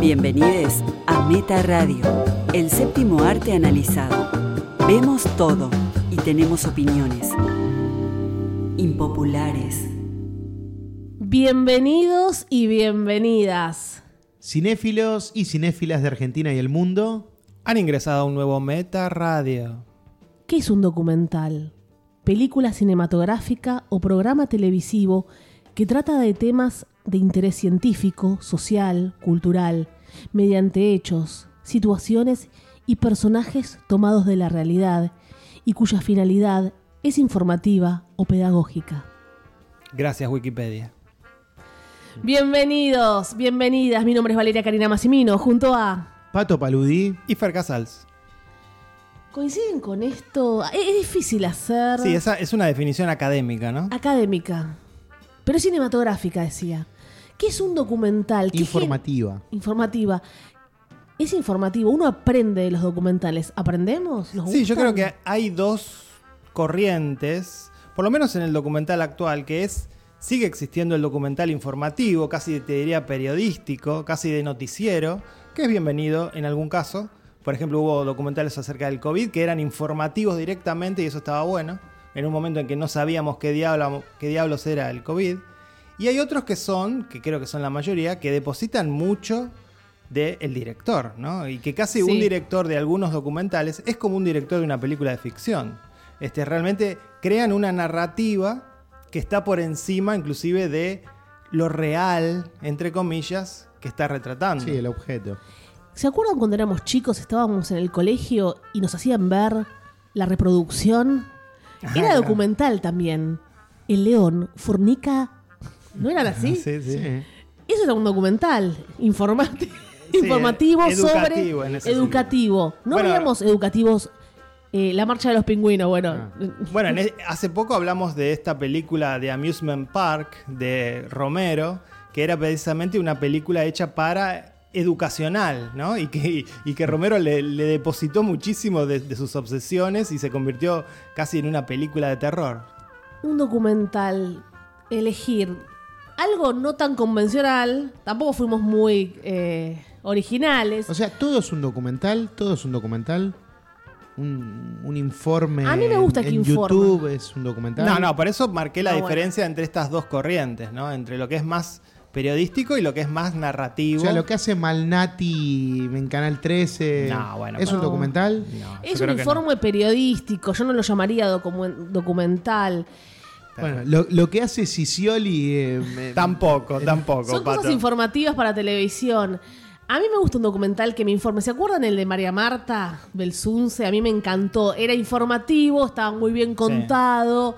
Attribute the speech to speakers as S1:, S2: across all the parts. S1: Bienvenidos a Meta Radio, el séptimo arte analizado. Vemos todo y tenemos opiniones impopulares.
S2: Bienvenidos y bienvenidas.
S3: Cinéfilos y cinéfilas de Argentina y el mundo.
S4: Han ingresado a un nuevo Meta Radio.
S2: ¿Qué es un documental? Película cinematográfica o programa televisivo que trata de temas de interés científico, social, cultural, mediante hechos, situaciones y personajes tomados de la realidad y cuya finalidad es informativa o pedagógica.
S4: Gracias Wikipedia.
S2: Bienvenidos, bienvenidas. Mi nombre es Valeria Karina Massimino, junto a...
S3: Pato Paludí.
S4: Y Fer Casals.
S2: ¿Coinciden con esto? E-, Es, es difícil hacer...
S4: Sí, esa es una definición académica, ¿no?
S2: Ah, Académica, pero cinematográfica, decía. ¿Qué es un documental? ¿Qué gen-
S3: Informativa.
S2: informativa. Es informativo, uno aprende de los documentales. ¿Aprendemos? ¿Nos
S4: Sí, yo
S2: gustan?
S4: creo que hay dos corrientes, por lo menos en el documental actual, que es, sigue existiendo el documental informativo, casi te diría periodístico, casi de noticiero, que es bienvenido en algún caso. Por ejemplo, hubo documentales acerca del COVID que eran informativos directamente y eso estaba bueno, en un momento en que no sabíamos qué, diablo, qué diablos era el COVID. Y hay otros que son, que creo que son la mayoría, que depositan mucho del director, ¿no? Y que
S2: Sí.
S4: casi un director de algunos documentales es como un director de una película de ficción. Este, realmente crean una narrativa que está por encima inclusive de lo real, entre comillas, que está retratando.
S3: Sí, el objeto.
S2: ¿Se acuerdan cuando éramos chicos, estábamos en el colegio y nos hacían ver la reproducción?
S4: Ah,
S2: Era
S4: claro.
S2: documental también. El león fornica. ¿No eran así?
S4: Sí, sí.
S2: Eso era un documental informante-
S4: Sí,
S2: informativo
S4: educativo en
S2: sobre
S4: ese
S2: educativo. No
S4: Bueno,
S2: veíamos educativos eh, La marcha de los pingüinos, bueno.
S4: Bueno, en e- hace poco hablamos de esta película de Amusement Park de Romero, que era precisamente una película hecha para educacional, ¿no? Y que, y que Romero le, le depositó muchísimo de, de sus obsesiones y se convirtió casi en una película de terror.
S2: un documental, elegir algo no tan convencional, tampoco fuimos muy eh, originales.
S3: O sea, todo es un documental, todo es un documental. Un, un informe.
S2: A mí me gusta
S3: en,
S2: que
S3: en
S2: informa.
S3: YouTube es un documental.
S4: No, no, por eso marqué la
S2: Ah, bueno.
S4: diferencia entre estas dos corrientes, ¿no? Entre lo que es más periodístico y lo que es más
S3: O
S4: narrativo.
S3: sea, lo que hace Malnati en Canal 13.
S4: No, bueno,
S3: ¿Es un
S4: no.
S3: documental?
S4: No, yo
S2: es
S4: creo
S2: un
S4: que no.
S2: informe periodístico, yo no lo llamaría docu- documental.
S3: Bueno, lo, lo que hace Sicioli. eh, me-
S4: Tampoco, tampoco,
S2: Son
S4: Pato.
S2: cosas informativas para televisión. A mí me gusta un documental que me informe. ¿Se acuerdan el de María Marta Belsunce? A mí me encantó. Era informativo, estaba muy bien contado.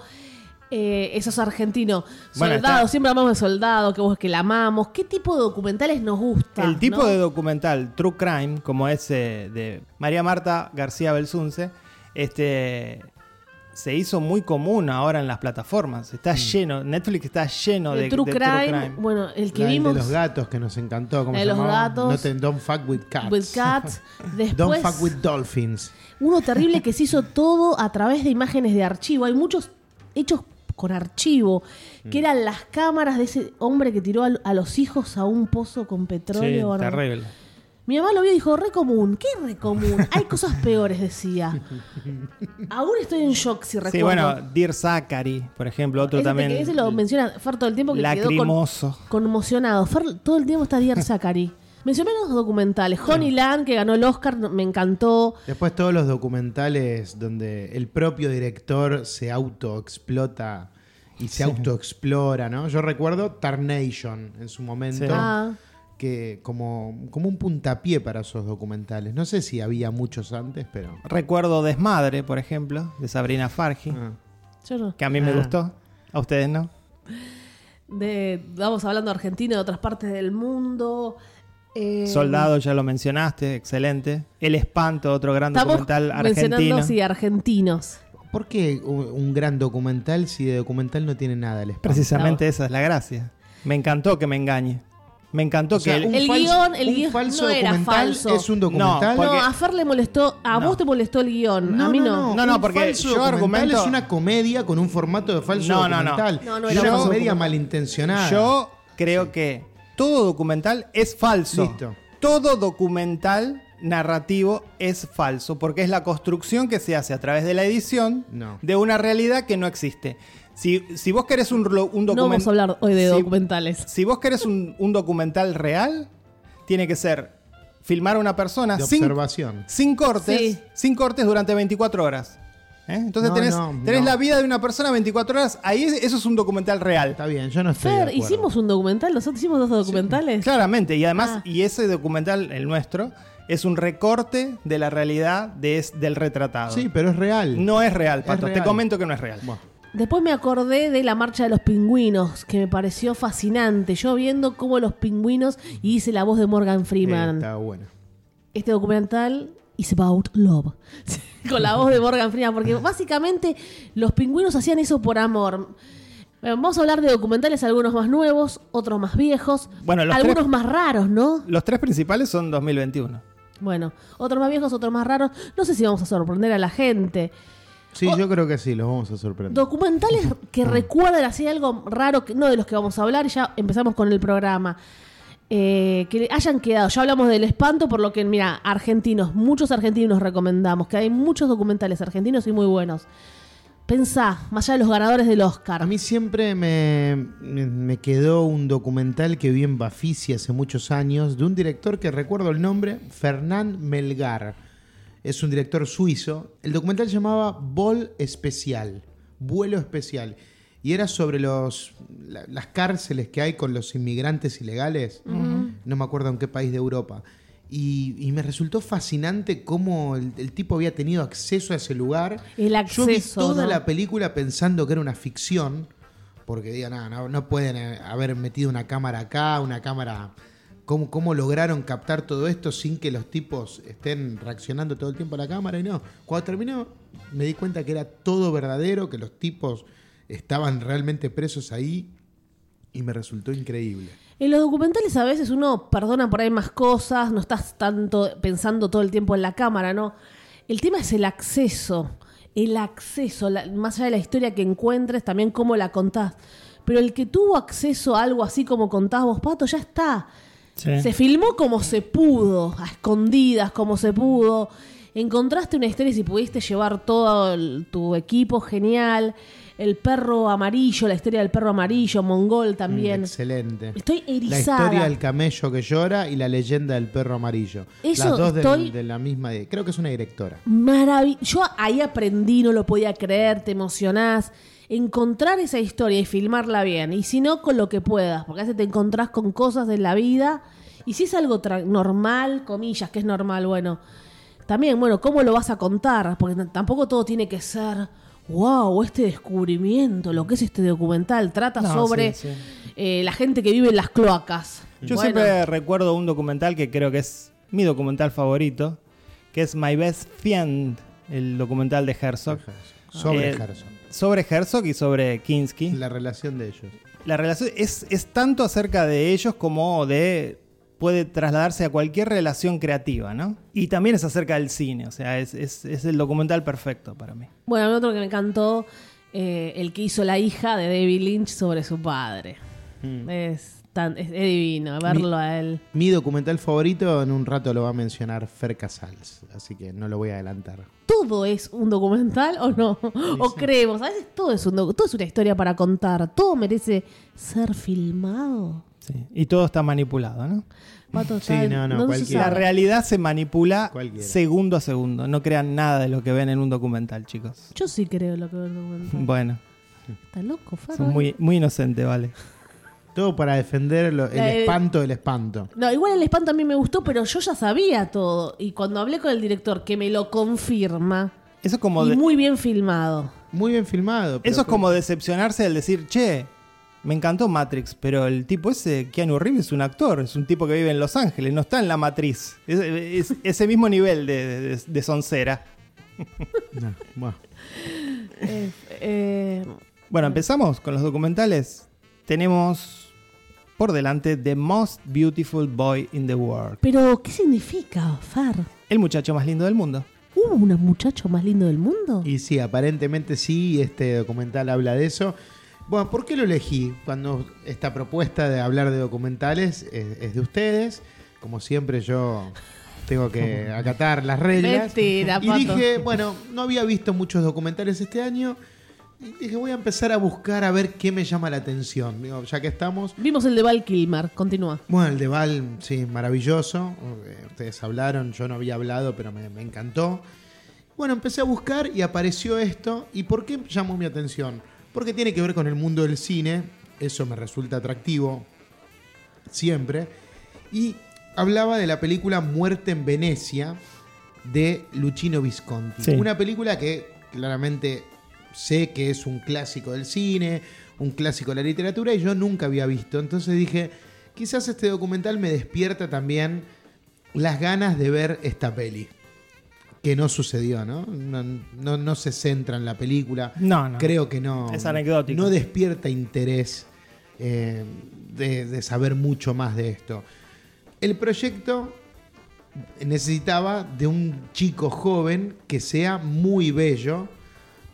S2: Eh, eso es argentino.
S4: Bueno,
S2: Soldado,
S4: está-
S2: siempre amamos el soldado, que vos que la amamos. ¿Qué tipo de documentales nos gusta?
S4: El tipo
S2: no?
S4: de documental True Crime, como ese de María Marta García Belsunce, este, se hizo muy común ahora en las plataformas. Está lleno, Netflix está lleno
S2: De
S4: de,
S2: Mm. true,
S4: de
S2: crime, Bueno, el que
S3: la del
S2: vimos.
S3: de los gatos que nos encantó. ¿cómo
S2: La de
S3: se
S2: los
S3: llamaba?
S2: gatos.
S3: No te- don't fuck with cats.
S2: With Cats. Después,
S3: Don't fuck with dolphins.
S2: Uno terrible que se hizo todo a través de imágenes de archivo. Hay muchos hechos con archivo,
S4: Mm.
S2: que eran las cámaras de ese hombre que tiró al- a, los hijos a un pozo con
S4: Sí,
S2: petróleo. ¿verdad?
S4: terrible.
S2: Mi mamá lo vio y dijo, re común, ¿qué re común? Hay cosas peores, decía. Aún estoy en shock si recuerdo.
S4: Sí, bueno, Dear Zachary, por ejemplo, otro
S2: Ese te-
S4: también.
S2: ese lo menciona Fer todo el tiempo que quedó con-
S4: lacrimoso.
S2: conmocionado. Fer todo el tiempo está Dear Zachary. Mencioné los documentales. Honeyland, que ganó el Oscar, no- me encantó.
S3: Después todos los documentales donde el propio director se autoexplota y se autoexplora, ¿no? Yo recuerdo Tarnation en su momento,
S4: Sí.
S2: Ah.
S3: que como, como un puntapié para esos documentales. No sé si había muchos antes, pero...
S4: Recuerdo Desmadre, por ejemplo, de Sabrina Fargi,
S3: Ah.
S2: Yo no.
S4: que a mí me
S3: Ah.
S4: gustó. A ustedes no.
S2: de vamos hablando de Argentina y de otras partes del mundo. Eh,
S4: Soldado, ya lo mencionaste, excelente. El Espanto, otro gran
S2: Estamos
S4: documental
S2: mencionando
S4: argentino.
S2: sí, argentinos.
S3: ¿Por qué un, un gran documental si de documental no tiene nada el espacio?
S4: Precisamente esa es la gracia. Me encantó que me engañe. Me encantó
S3: O sea,
S4: que él-
S3: un
S2: El
S3: falso-
S2: guión- el
S3: un
S2: guión
S3: falso
S2: no era
S3: documental
S2: falso.
S3: es un documental.
S4: No, porque-
S2: No, a Fer le molestó, a
S4: No.
S2: vos te molestó el guión, a mí no.
S4: No, no,
S3: un
S4: porque
S3: falso
S4: yo
S3: documental
S4: argumento-
S3: es una comedia con un formato de falso
S4: No, no, no.
S3: documental.
S2: No, no
S3: Y
S2: era
S3: una
S4: falso
S3: comedia
S2: documental.
S3: malintencionada.
S4: yo creo que todo documental es falso.
S3: Listo.
S4: todo documental narrativo es falso, porque es la construcción que se hace a través de la edición
S3: No.
S4: de una realidad que no existe. Si, si vos querés un, ro- un documental...
S2: No vamos a hablar hoy de
S4: si-
S2: documentales.
S4: Si vos querés un, un documental real, tiene que ser filmar a una persona
S3: De
S4: sin,
S3: observación.
S4: sin cortes,
S2: Sí.
S4: sin cortes durante 24 horas. ¿Eh? Entonces
S3: No,
S4: tenés,
S3: no,
S4: tenés
S3: no.
S4: la vida de una persona 24 horas, ahí es- eso es un documental real.
S3: Está bien, yo no estoy. de
S2: Fer,
S3: acuerdo.
S2: hicimos un documental, nosotros hicimos dos documentales.
S4: Claramente, y además,
S2: Ah.
S4: y ese documental, el nuestro, es un recorte de la realidad de es- del retratado.
S3: Sí, pero es real.
S4: No es real,
S3: Es
S4: Pato. Te
S3: real.
S4: comento que no es real.
S3: Bueno,
S2: Después me acordé de la marcha de los pingüinos, que me pareció fascinante. Yo viendo cómo los pingüinos y hice la voz de Morgan Freeman.
S3: está bueno.
S2: este documental is about love. Con la voz de Morgan Freeman, porque básicamente los pingüinos hacían eso por amor. Bueno, vamos a hablar de documentales, algunos más nuevos, otros más viejos,
S4: Bueno, los
S2: algunos
S4: tres-
S2: más raros, ¿no?
S4: Los tres principales son 2021.
S2: Bueno, otros más viejos, otros más raros. No sé si vamos a sorprender a la gente.
S3: Sí, yo creo que sí, los vamos a sorprender.
S2: Documentales que
S3: Mm.
S2: recuerdan así algo raro, que, no de los que vamos a hablar, ya empezamos con el programa. Eh, que le hayan quedado, ya hablamos del espanto, por lo que, mira, argentinos, muchos argentinos recomendamos, que hay muchos documentales argentinos y muy buenos. Pensá, más allá de los ganadores del Oscar.
S3: A mí siempre me, me- me quedó un documental que vi en Bafisi hace muchos años de un director que recuerdo el nombre, Fernand Melgar. Es un director suizo. El documental se llamaba Vol Especial, Vuelo Especial. Y era sobre los, la- las cárceles que hay con los inmigrantes ilegales. No me acuerdo en qué país de Europa. Y, y me resultó fascinante cómo el, el tipo había tenido acceso a ese lugar.
S2: El
S3: Yo vi
S2: acceso,
S3: toda
S2: ¿no?
S3: la película pensando que era una ficción, porque digan, "Ah, no, no pueden eh, haber metido una cámara acá, una cámara... ¿Cómo, ¿Cómo lograron captar todo esto sin que los tipos estén reaccionando todo el tiempo a la cámara? Y no, cuando terminó me di cuenta que era todo verdadero, que los tipos estaban realmente presos ahí y me resultó increíble.
S2: En los documentales a veces uno perdona por ahí más cosas, no estás tanto pensando todo el tiempo en la cámara, ¿no? El tema es el acceso, el acceso, la- más allá de la historia que encuentres, también cómo la contás. Pero el que tuvo acceso a algo así como contás vos, Pato, ya está. Se filmó como se pudo, a escondidas como se pudo. Encontraste una historia y si pudiste llevar todo el- tu equipo, genial. El perro amarillo, la historia del perro amarillo, mongol también.
S3: Mm, Excelente.
S2: Estoy
S3: La
S2: erizada.
S3: historia del camello que llora y la leyenda del perro amarillo.
S2: Eso
S3: Las dos del-
S2: estoy-
S3: de la misma. Creo que es una directora.
S2: Maravi- Yo ahí aprendí, no lo podía creer, te emocionás. Encontrar esa historia y filmarla bien. Y si no, con lo que puedas. Porque a veces te encontrás con cosas de la vida. Y si es algo tra- normal, comillas, que es normal, bueno. También, bueno, ¿cómo lo vas a contar? Porque n- tampoco todo tiene que ser. ¡Wow! Este descubrimiento, lo que es este documental. Trata
S4: No,
S2: sobre
S4: sí,
S2: eh, la gente que vive en las cloacas.
S4: Yo
S2: Bueno,
S4: siempre recuerdo un documental que creo que es mi documental favorito, que es My Best Friend, el documental de Herzog,
S3: Sobre
S4: Eh,
S3: Herzog.
S4: sobre Herzog y sobre Kinski. La,
S3: La relación de ellos.
S4: relación es, es tanto acerca de ellos como de puede trasladarse a cualquier relación creativa, ¿no? Y también es acerca del cine, o sea, es, es- es el documental perfecto para mí.
S2: Bueno, el otro que me encantó, eh, el que hizo la hija de David Lynch sobre su padre.
S4: Mm.
S2: Es, tan, es, es divino verlo a él.
S3: Mi documental favorito en un rato lo va a mencionar Fer Casals, así que no lo voy a adelantar.
S2: ¿Todo es un documental o no? o creemos, a veces todo es, un docu- todo es una historia para contar, todo merece ser filmado.
S4: Sí. Y todo está manipulado, ¿no?
S2: Pato,
S3: Sí,
S2: está-
S3: no, no,
S2: se
S3: cualquiera.
S4: La
S2: sabe.
S4: realidad se manipula
S3: Cualquiera.
S4: segundo a segundo. No crean nada de lo que ven en un documental, chicos.
S2: Yo sí creo lo que veo en el documental.
S4: Bueno,
S2: Está loco, Fer.
S4: son
S2: ¿eh?
S4: muy, muy inocente, vale.
S3: Todo para defender lo- el
S2: La-
S3: espanto del espanto.
S2: No, igual el espanto a mí me gustó, pero yo ya sabía todo. Y cuando hablé con el director, que me lo confirma,
S4: Eso es como,
S2: y
S4: de-
S2: muy bien filmado.
S3: Muy bien filmado. pero
S4: eso es
S3: con-
S4: como decepcionarse al decir, che, me encantó Matrix, pero el tipo ese, Keanu Reeves, es un actor, es un tipo que vive en Los Ángeles, no está en la matriz. Es, es- ese mismo nivel de, de- de soncera.
S3: No, bueno.
S2: Eh, eh,
S4: Bueno, empezamos con los documentales. Tenemos por delante The Most Beautiful Boy in the World.
S2: pero, ¿qué significa, Far?
S4: El muchacho más lindo del mundo.
S2: ¿Hubo un muchacho más lindo del mundo?
S3: Y sí, aparentemente sí, este documental habla de eso. Bueno, ¿por qué lo elegí? Cuando esta propuesta de hablar de documentales es, es de ustedes, Como siempre yo tengo que acatar las reglas.
S2: Mentira,
S3: y
S2: Pato.
S3: dije, bueno, no había visto muchos documentales este año. Y dije, voy a empezar a buscar a ver qué me llama la atención. Digo, ya que estamos,
S2: Vimos el de Val Kilmer, continúa.
S3: bueno, el de Val, sí, maravilloso. Eh, Ustedes hablaron, yo no había hablado, pero me, me encantó. Bueno, empecé a buscar y apareció esto. ¿Y por qué llamó mi atención? Porque tiene que ver con el mundo del cine. Eso me resulta atractivo siempre. Y hablaba de la película Muerte en Venecia de Luchino Visconti.
S4: Sí.
S3: Una película que claramente sé que es un clásico del cine, un clásico de la literatura y yo nunca había visto. Entonces dije, quizás este documental me despierta también las ganas de ver esta peli. Que no sucedió, ¿no? No, no- no se centra en la película.
S4: No, no.
S3: Creo que no.
S4: Es anecdótico.
S3: No despierta interés eh, de- de saber mucho más de esto. El proyecto necesitaba de un chico joven que sea muy bello,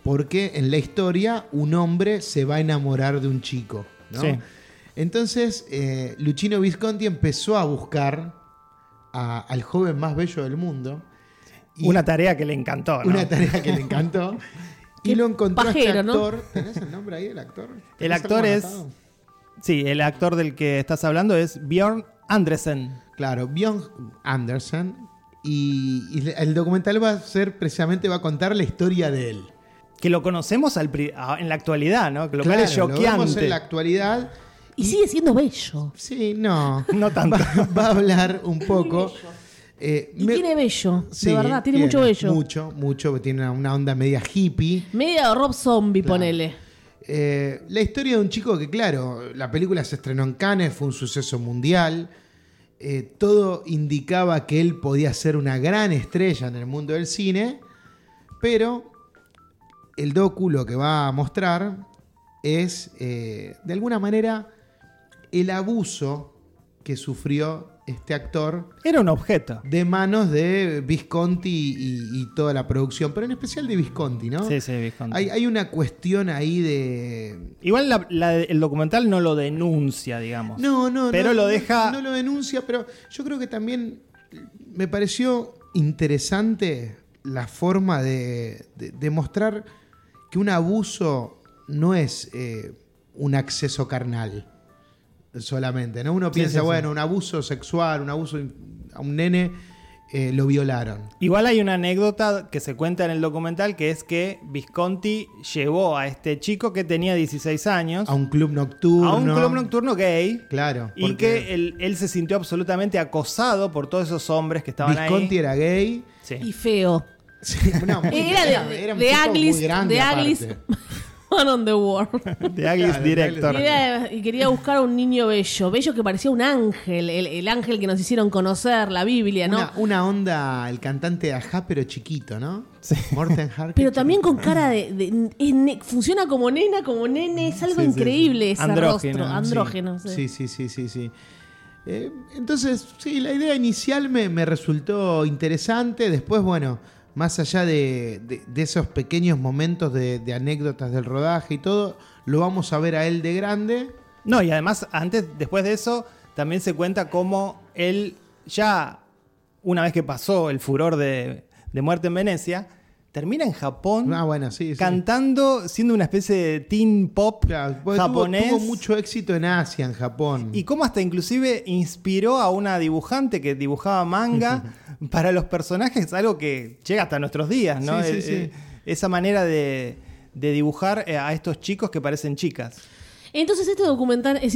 S3: porque en la historia un hombre se va a enamorar de un chico. ¿no?
S4: Sí.
S3: Entonces, eh, Luchino Visconti empezó a buscar a- al joven más bello del mundo. Y
S4: Una tarea que le encantó, ¿no?
S3: una tarea que le encantó. y
S2: Qué
S3: lo encontró a este
S2: pajero, ¿no?
S3: actor. ¿Tenés el nombre ahí del actor? ¿Tenés
S4: actor
S3: algo
S4: es-
S3: anotado?
S4: Sí, el actor del que estás hablando es Bjorn Andresen.
S3: Claro, Bjorn Anderson. Y, y el documental va a ser, precisamente, va a contar la historia de él.
S4: Que lo conocemos al pri- a- en la actualidad, ¿no? Que Lo cual es
S3: Claro, lo vemos
S4: choqueante.
S3: en la actualidad.
S2: Y sigue siendo bello.
S3: Sí, no.
S4: No tanto.
S3: Va, va a hablar un poco. Eh,
S2: Y
S3: me-
S2: tiene bello,
S3: Sí,
S2: de verdad, tiene, mucho bello.
S3: Mucho, mucho, porque tiene una, una onda media hippie.
S2: Media Rob Zombie,
S3: Claro.
S2: ponele.
S3: Eh, la historia de un chico que, claro, la película se estrenó en Cannes, fue un suceso mundial. Eh, todo indicaba que él podía ser una gran estrella en el mundo del cine, pero el docu lo que va a mostrar es, eh, de alguna manera, el abuso que sufrió este actor
S4: Era un objeto.
S3: de manos de Visconti y, y toda la producción, pero en especial de Visconti, ¿no?
S4: Sí, sí, Visconti.
S3: Hay, hay una cuestión ahí de...
S4: Igual la- la- el documental no lo denuncia, digamos.
S3: No, no,
S4: Pero
S3: no,
S4: lo
S3: no,
S4: deja-
S3: No, lo denuncia, pero yo creo que también me pareció interesante la forma de, de- de mostrar que un abuso no es eh, un acceso carnal solamente, ¿no? Uno piensa,
S4: sí, sí.
S3: bueno, un abuso sexual, un abuso in- a un nene, eh, lo violaron.
S4: Igual hay una anécdota que se cuenta en el documental que es que Visconti llevó a este chico que tenía 16 años
S3: A
S4: a
S3: un club nocturno.
S4: club nocturno gay
S3: Claro.
S4: y que él, él se sintió absolutamente acosado por todos esos hombres que estaban
S3: Visconti
S4: ahí.
S3: era gay.
S4: Sí.
S2: Y feo. Eh,
S3: Sí, no, muy-
S2: Era de-
S3: un
S2: de
S3: tipo
S2: Aglis-
S3: muy grande
S2: de
S3: aparte.
S2: Aglis. Man on the World.
S4: De Aglis
S3: Claro,
S4: Director.
S2: Y, era- y quería buscar un niño bello, bello que parecía un ángel, el, el ángel que nos hicieron conocer, la Biblia, ¿no?
S3: Una, una onda, el cantante de Ajá, pero chiquito, ¿no? Morten Harker.
S2: Pero también con cara de. de- es ne- funciona como nena, como nene, es algo
S4: Sí, sí,
S2: increíble
S4: sí.
S2: ese
S4: Andrógeno,
S2: rostro.
S4: sí.
S2: Andrógeno, sí.
S3: Sí, sí, sí, sí, sí. Eh, entonces, sí, la idea inicial me, me resultó interesante. Después, bueno, más allá de, de- de esos pequeños momentos de, de anécdotas del rodaje y todo, lo vamos a ver a él de grande.
S4: No, y además, antes, después de eso, también se cuenta cómo él ya, una vez que pasó el furor de, de muerte en Venecia, termina en Japón
S3: Ah, bueno, sí. sí.
S4: cantando, siendo una especie de teen pop
S3: Claro, porque tuvo-
S4: japonés.
S3: Tuvo, mucho éxito en Asia, en Japón.
S4: Y cómo hasta inclusive inspiró a una dibujante que dibujaba manga para los personajes, algo que llega hasta nuestros días, ¿no?
S3: Sí, sí,
S4: Eh,
S3: sí.
S4: eh, Esa manera de, de dibujar eh, a estos chicos que parecen chicas.
S2: Entonces, este documental es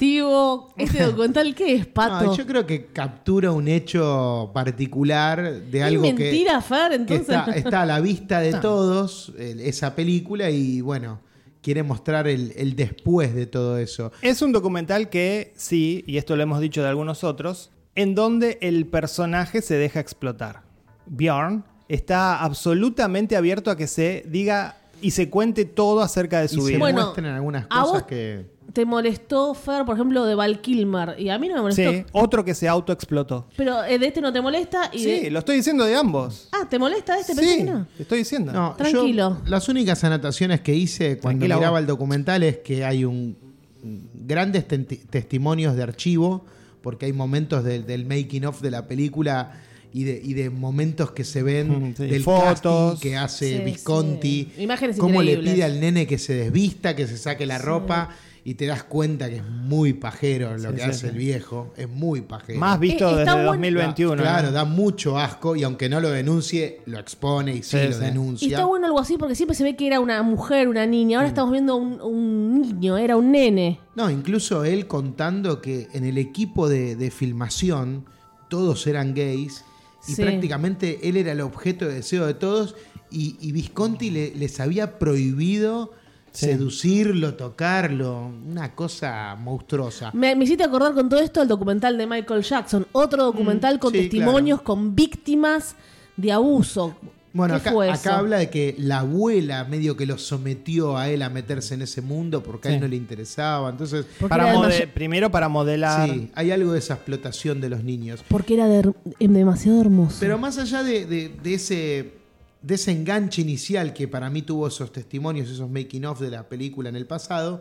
S2: informativo. ¿Este documental qué es,
S3: No,
S2: pato?
S3: yo creo que captura un hecho particular de
S2: Es
S3: algo que-
S2: mentira, Fer,
S3: que,
S2: entonces.
S3: está, eh, está a la vista de
S4: No.
S3: todos el- esa película y bueno, quiere mostrar el, el después de todo eso.
S4: Es un documental que, sí, y esto lo hemos dicho de algunos otros, en donde el personaje se deja explotar. Bjorn está absolutamente abierto a que se diga y se cuente todo acerca de
S3: Y
S4: su
S3: se
S4: vida.
S2: Bueno,
S3: muestran algunas
S2: a
S3: cosas
S2: vos-
S3: que...
S2: ¿Te molestó, Fer, por ejemplo, de Val Kilmer? Y a mí no me molestó.
S4: sí, otro que se autoexplotó.
S2: Pero eh, de este no te molesta. Y
S4: Sí,
S2: de-
S4: lo estoy diciendo de ambos.
S2: Ah, ¿te molesta de este? Pensé
S4: Sí,
S2: que no.
S4: te estoy diciendo.
S3: No, yo-
S2: Tranquilo.
S3: las únicas anotaciones que hice cuando
S4: Tranquila
S3: miraba
S4: vos.
S3: el documental es que hay un grandes tenti- testimonios de archivo, porque hay momentos del, del making of de la película y de, y de momentos que se ven
S4: Mm, sí,
S3: del
S4: fotos.
S3: casting que hace
S5: Sí,
S3: Visconti.
S2: sí. Imágenes
S3: Cómo le
S2: increíbles.
S3: pide al nene que se desvista, que se saque la ropa y te das cuenta que es muy pajero lo
S4: Sí,
S3: que
S4: sí,
S3: hace
S4: sí.
S3: el viejo. Es muy pajero.
S4: Más visto
S5: Eh, está
S4: desde
S5: bueno.
S4: 2021.
S3: Claro,
S4: ¿no?
S3: da mucho asco y aunque no lo denuncie, lo expone y sí, Mm.
S4: Sí,
S3: lo
S4: sí.
S3: denuncia.
S2: Y está bueno algo así porque siempre se ve que era una mujer, una niña. Ahora estamos viendo un, un niño, era un nene.
S3: No, incluso él contando que en el equipo de, de filmación todos eran gays y
S2: Sí.
S3: prácticamente él era el objeto de deseo de todos y, y Visconti le- les había prohibido
S4: Sí.
S3: seducirlo, tocarlo, una cosa monstruosa.
S2: Me, me hiciste acordar con todo esto el documental de Michael Jackson, otro documental con
S3: Mm, sí,
S2: testimonios, con víctimas de abuso.
S3: Bueno,
S2: ¿Qué
S3: acá,
S2: fue
S3: acá
S2: eso?
S3: habla de que la abuela medio que lo sometió a él a meterse en ese mundo porque a él
S4: Sí.
S3: no le interesaba. Entonces,
S2: Porque
S4: Para
S2: era
S4: mode-
S2: demasi-
S4: Primero para modelar.
S3: sí, hay algo de esa explotación de los niños.
S2: Porque era de- demasiado hermoso.
S3: Pero más allá de, de- de ese, de ese enganche inicial que para mí tuvo esos testimonios, esos making of de la película en el pasado,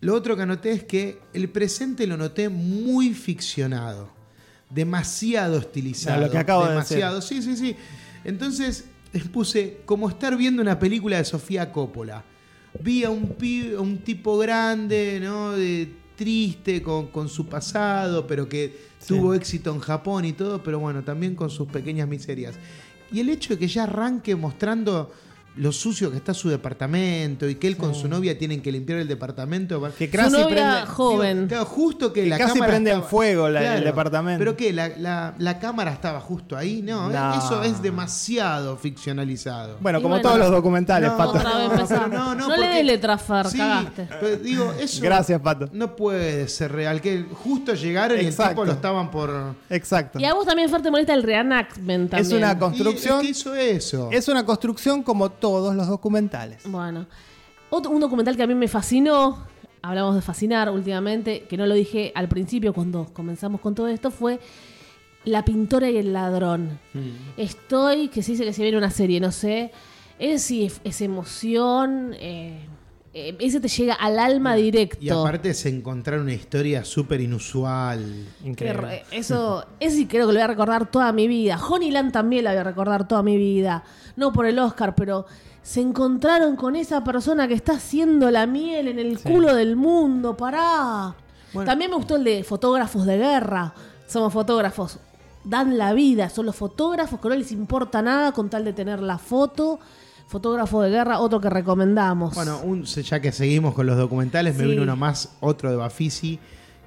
S3: lo otro que anoté es que el presente lo noté muy ficcionado, demasiado estilizado.
S4: No, lo que acabo de
S3: demasiado, sí, sí, sí. Entonces les puse como estar viendo una película de Sofía Coppola. Vi a un, pibe- a un tipo grande, ¿no? De, triste con, con su pasado, pero que
S4: Sí.
S3: tuvo éxito en Japón y todo, pero bueno, también con sus pequeñas miserias. Y el hecho de que ya arranque mostrando lo sucio que está su departamento y que él con su novia tienen que limpiar el departamento.
S4: Que
S2: Su
S4: casi
S2: novia
S4: prende-
S2: joven.
S3: Digo, claro, justo que,
S4: Que
S3: la
S4: casi
S3: cámara
S4: prende en
S3: estaba-
S4: fuego la- el departamento.
S3: Pero que la, la- la cámara estaba justo ahí, no,
S4: No.
S3: eso es demasiado ficcionalizado.
S4: Bueno,
S2: Y
S4: como
S2: bueno.
S4: todos los documentales,
S3: No,
S4: Pato.
S2: Otra vez
S3: No,
S2: empezamos.
S3: pero no, no,
S2: No le
S3: porque-
S2: des letras, Fer, cagaste.
S3: pero digo, eso
S4: Gracias, Pato.
S3: no puede ser real. Que justo llegaron y el
S4: Exacto.
S3: tipo lo estaban por.
S4: Exacto.
S2: Y a vos también, Fer, te molesta el reenactment también.
S4: Es una
S3: Y
S4: construcción.
S3: es que hizo eso?
S4: Es una construcción como todos los documentales.
S2: Bueno. Otro, un documental que a mí me fascinó, hablamos de fascinar últimamente, que no lo dije al principio cuando comenzamos con todo esto, fue La pintora y el ladrón.
S3: Mm.
S2: Estoy, que se dice que se viene una serie, no sé. Es, sí, es, es emoción, eh, eh, ese te llega al alma directo.
S3: Y aparte se encontraron una historia súper inusual.
S2: Que re- eh, eso, eso sí creo que lo voy a recordar toda mi vida. Honey Land también la voy a recordar toda mi vida. No por el Oscar, pero se encontraron con esa persona que está haciendo la miel en el culo del mundo. Pará.
S3: Bueno.
S2: También me gustó el de fotógrafos de guerra. Somos fotógrafos. Dan la vida. Son los fotógrafos que no les importa nada con tal de tener la foto. Fotógrafo de guerra, otro que recomendamos.
S3: Bueno, un- ya que seguimos con los documentales, me
S2: Sí.
S3: vino uno más, otro de Bafisi.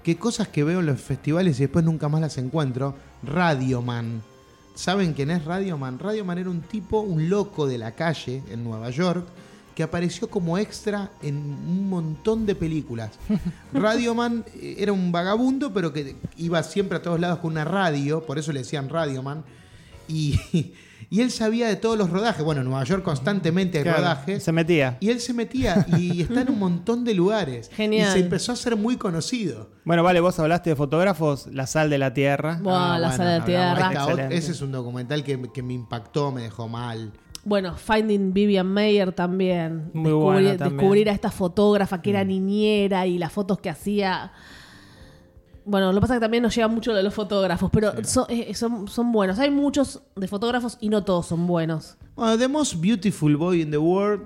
S3: Que cosas que veo en los festivales y después nunca más las encuentro. Radioman. ¿Saben quién es Radioman? Radioman era un tipo, un loco de la calle en Nueva York, que apareció como extra en un montón de películas. Radioman eh, era un vagabundo, pero que iba siempre a todos lados con una radio, por eso le decían Radioman. Y, y él sabía de todos los rodajes. Bueno, en Nueva York constantemente hay
S4: Claro,
S3: rodajes.
S4: Se metía.
S3: Y él se metía y está en un montón de lugares.
S2: Genial.
S3: Y se empezó a ser muy conocido.
S4: Bueno, vale, vos hablaste de fotógrafos, la sal de la tierra.
S2: Buah, la sala de
S3: hablamos.
S2: tierra.
S3: Ahí está,
S4: Excelente.
S3: ot- ese es un documental que, que me impactó, me dejó mal.
S2: Bueno, Finding Vivian Mayer también.
S4: Muy buena también.
S2: Descubrir a esta fotógrafa que era
S3: Mm.
S2: niñera y las fotos que hacía. Bueno, lo que pasa es que también nos lleva mucho lo de los fotógrafos, pero son, eh, son, son buenos. Hay muchos de fotógrafos y no todos son buenos.
S3: Bueno, The Most Beautiful Boy in the World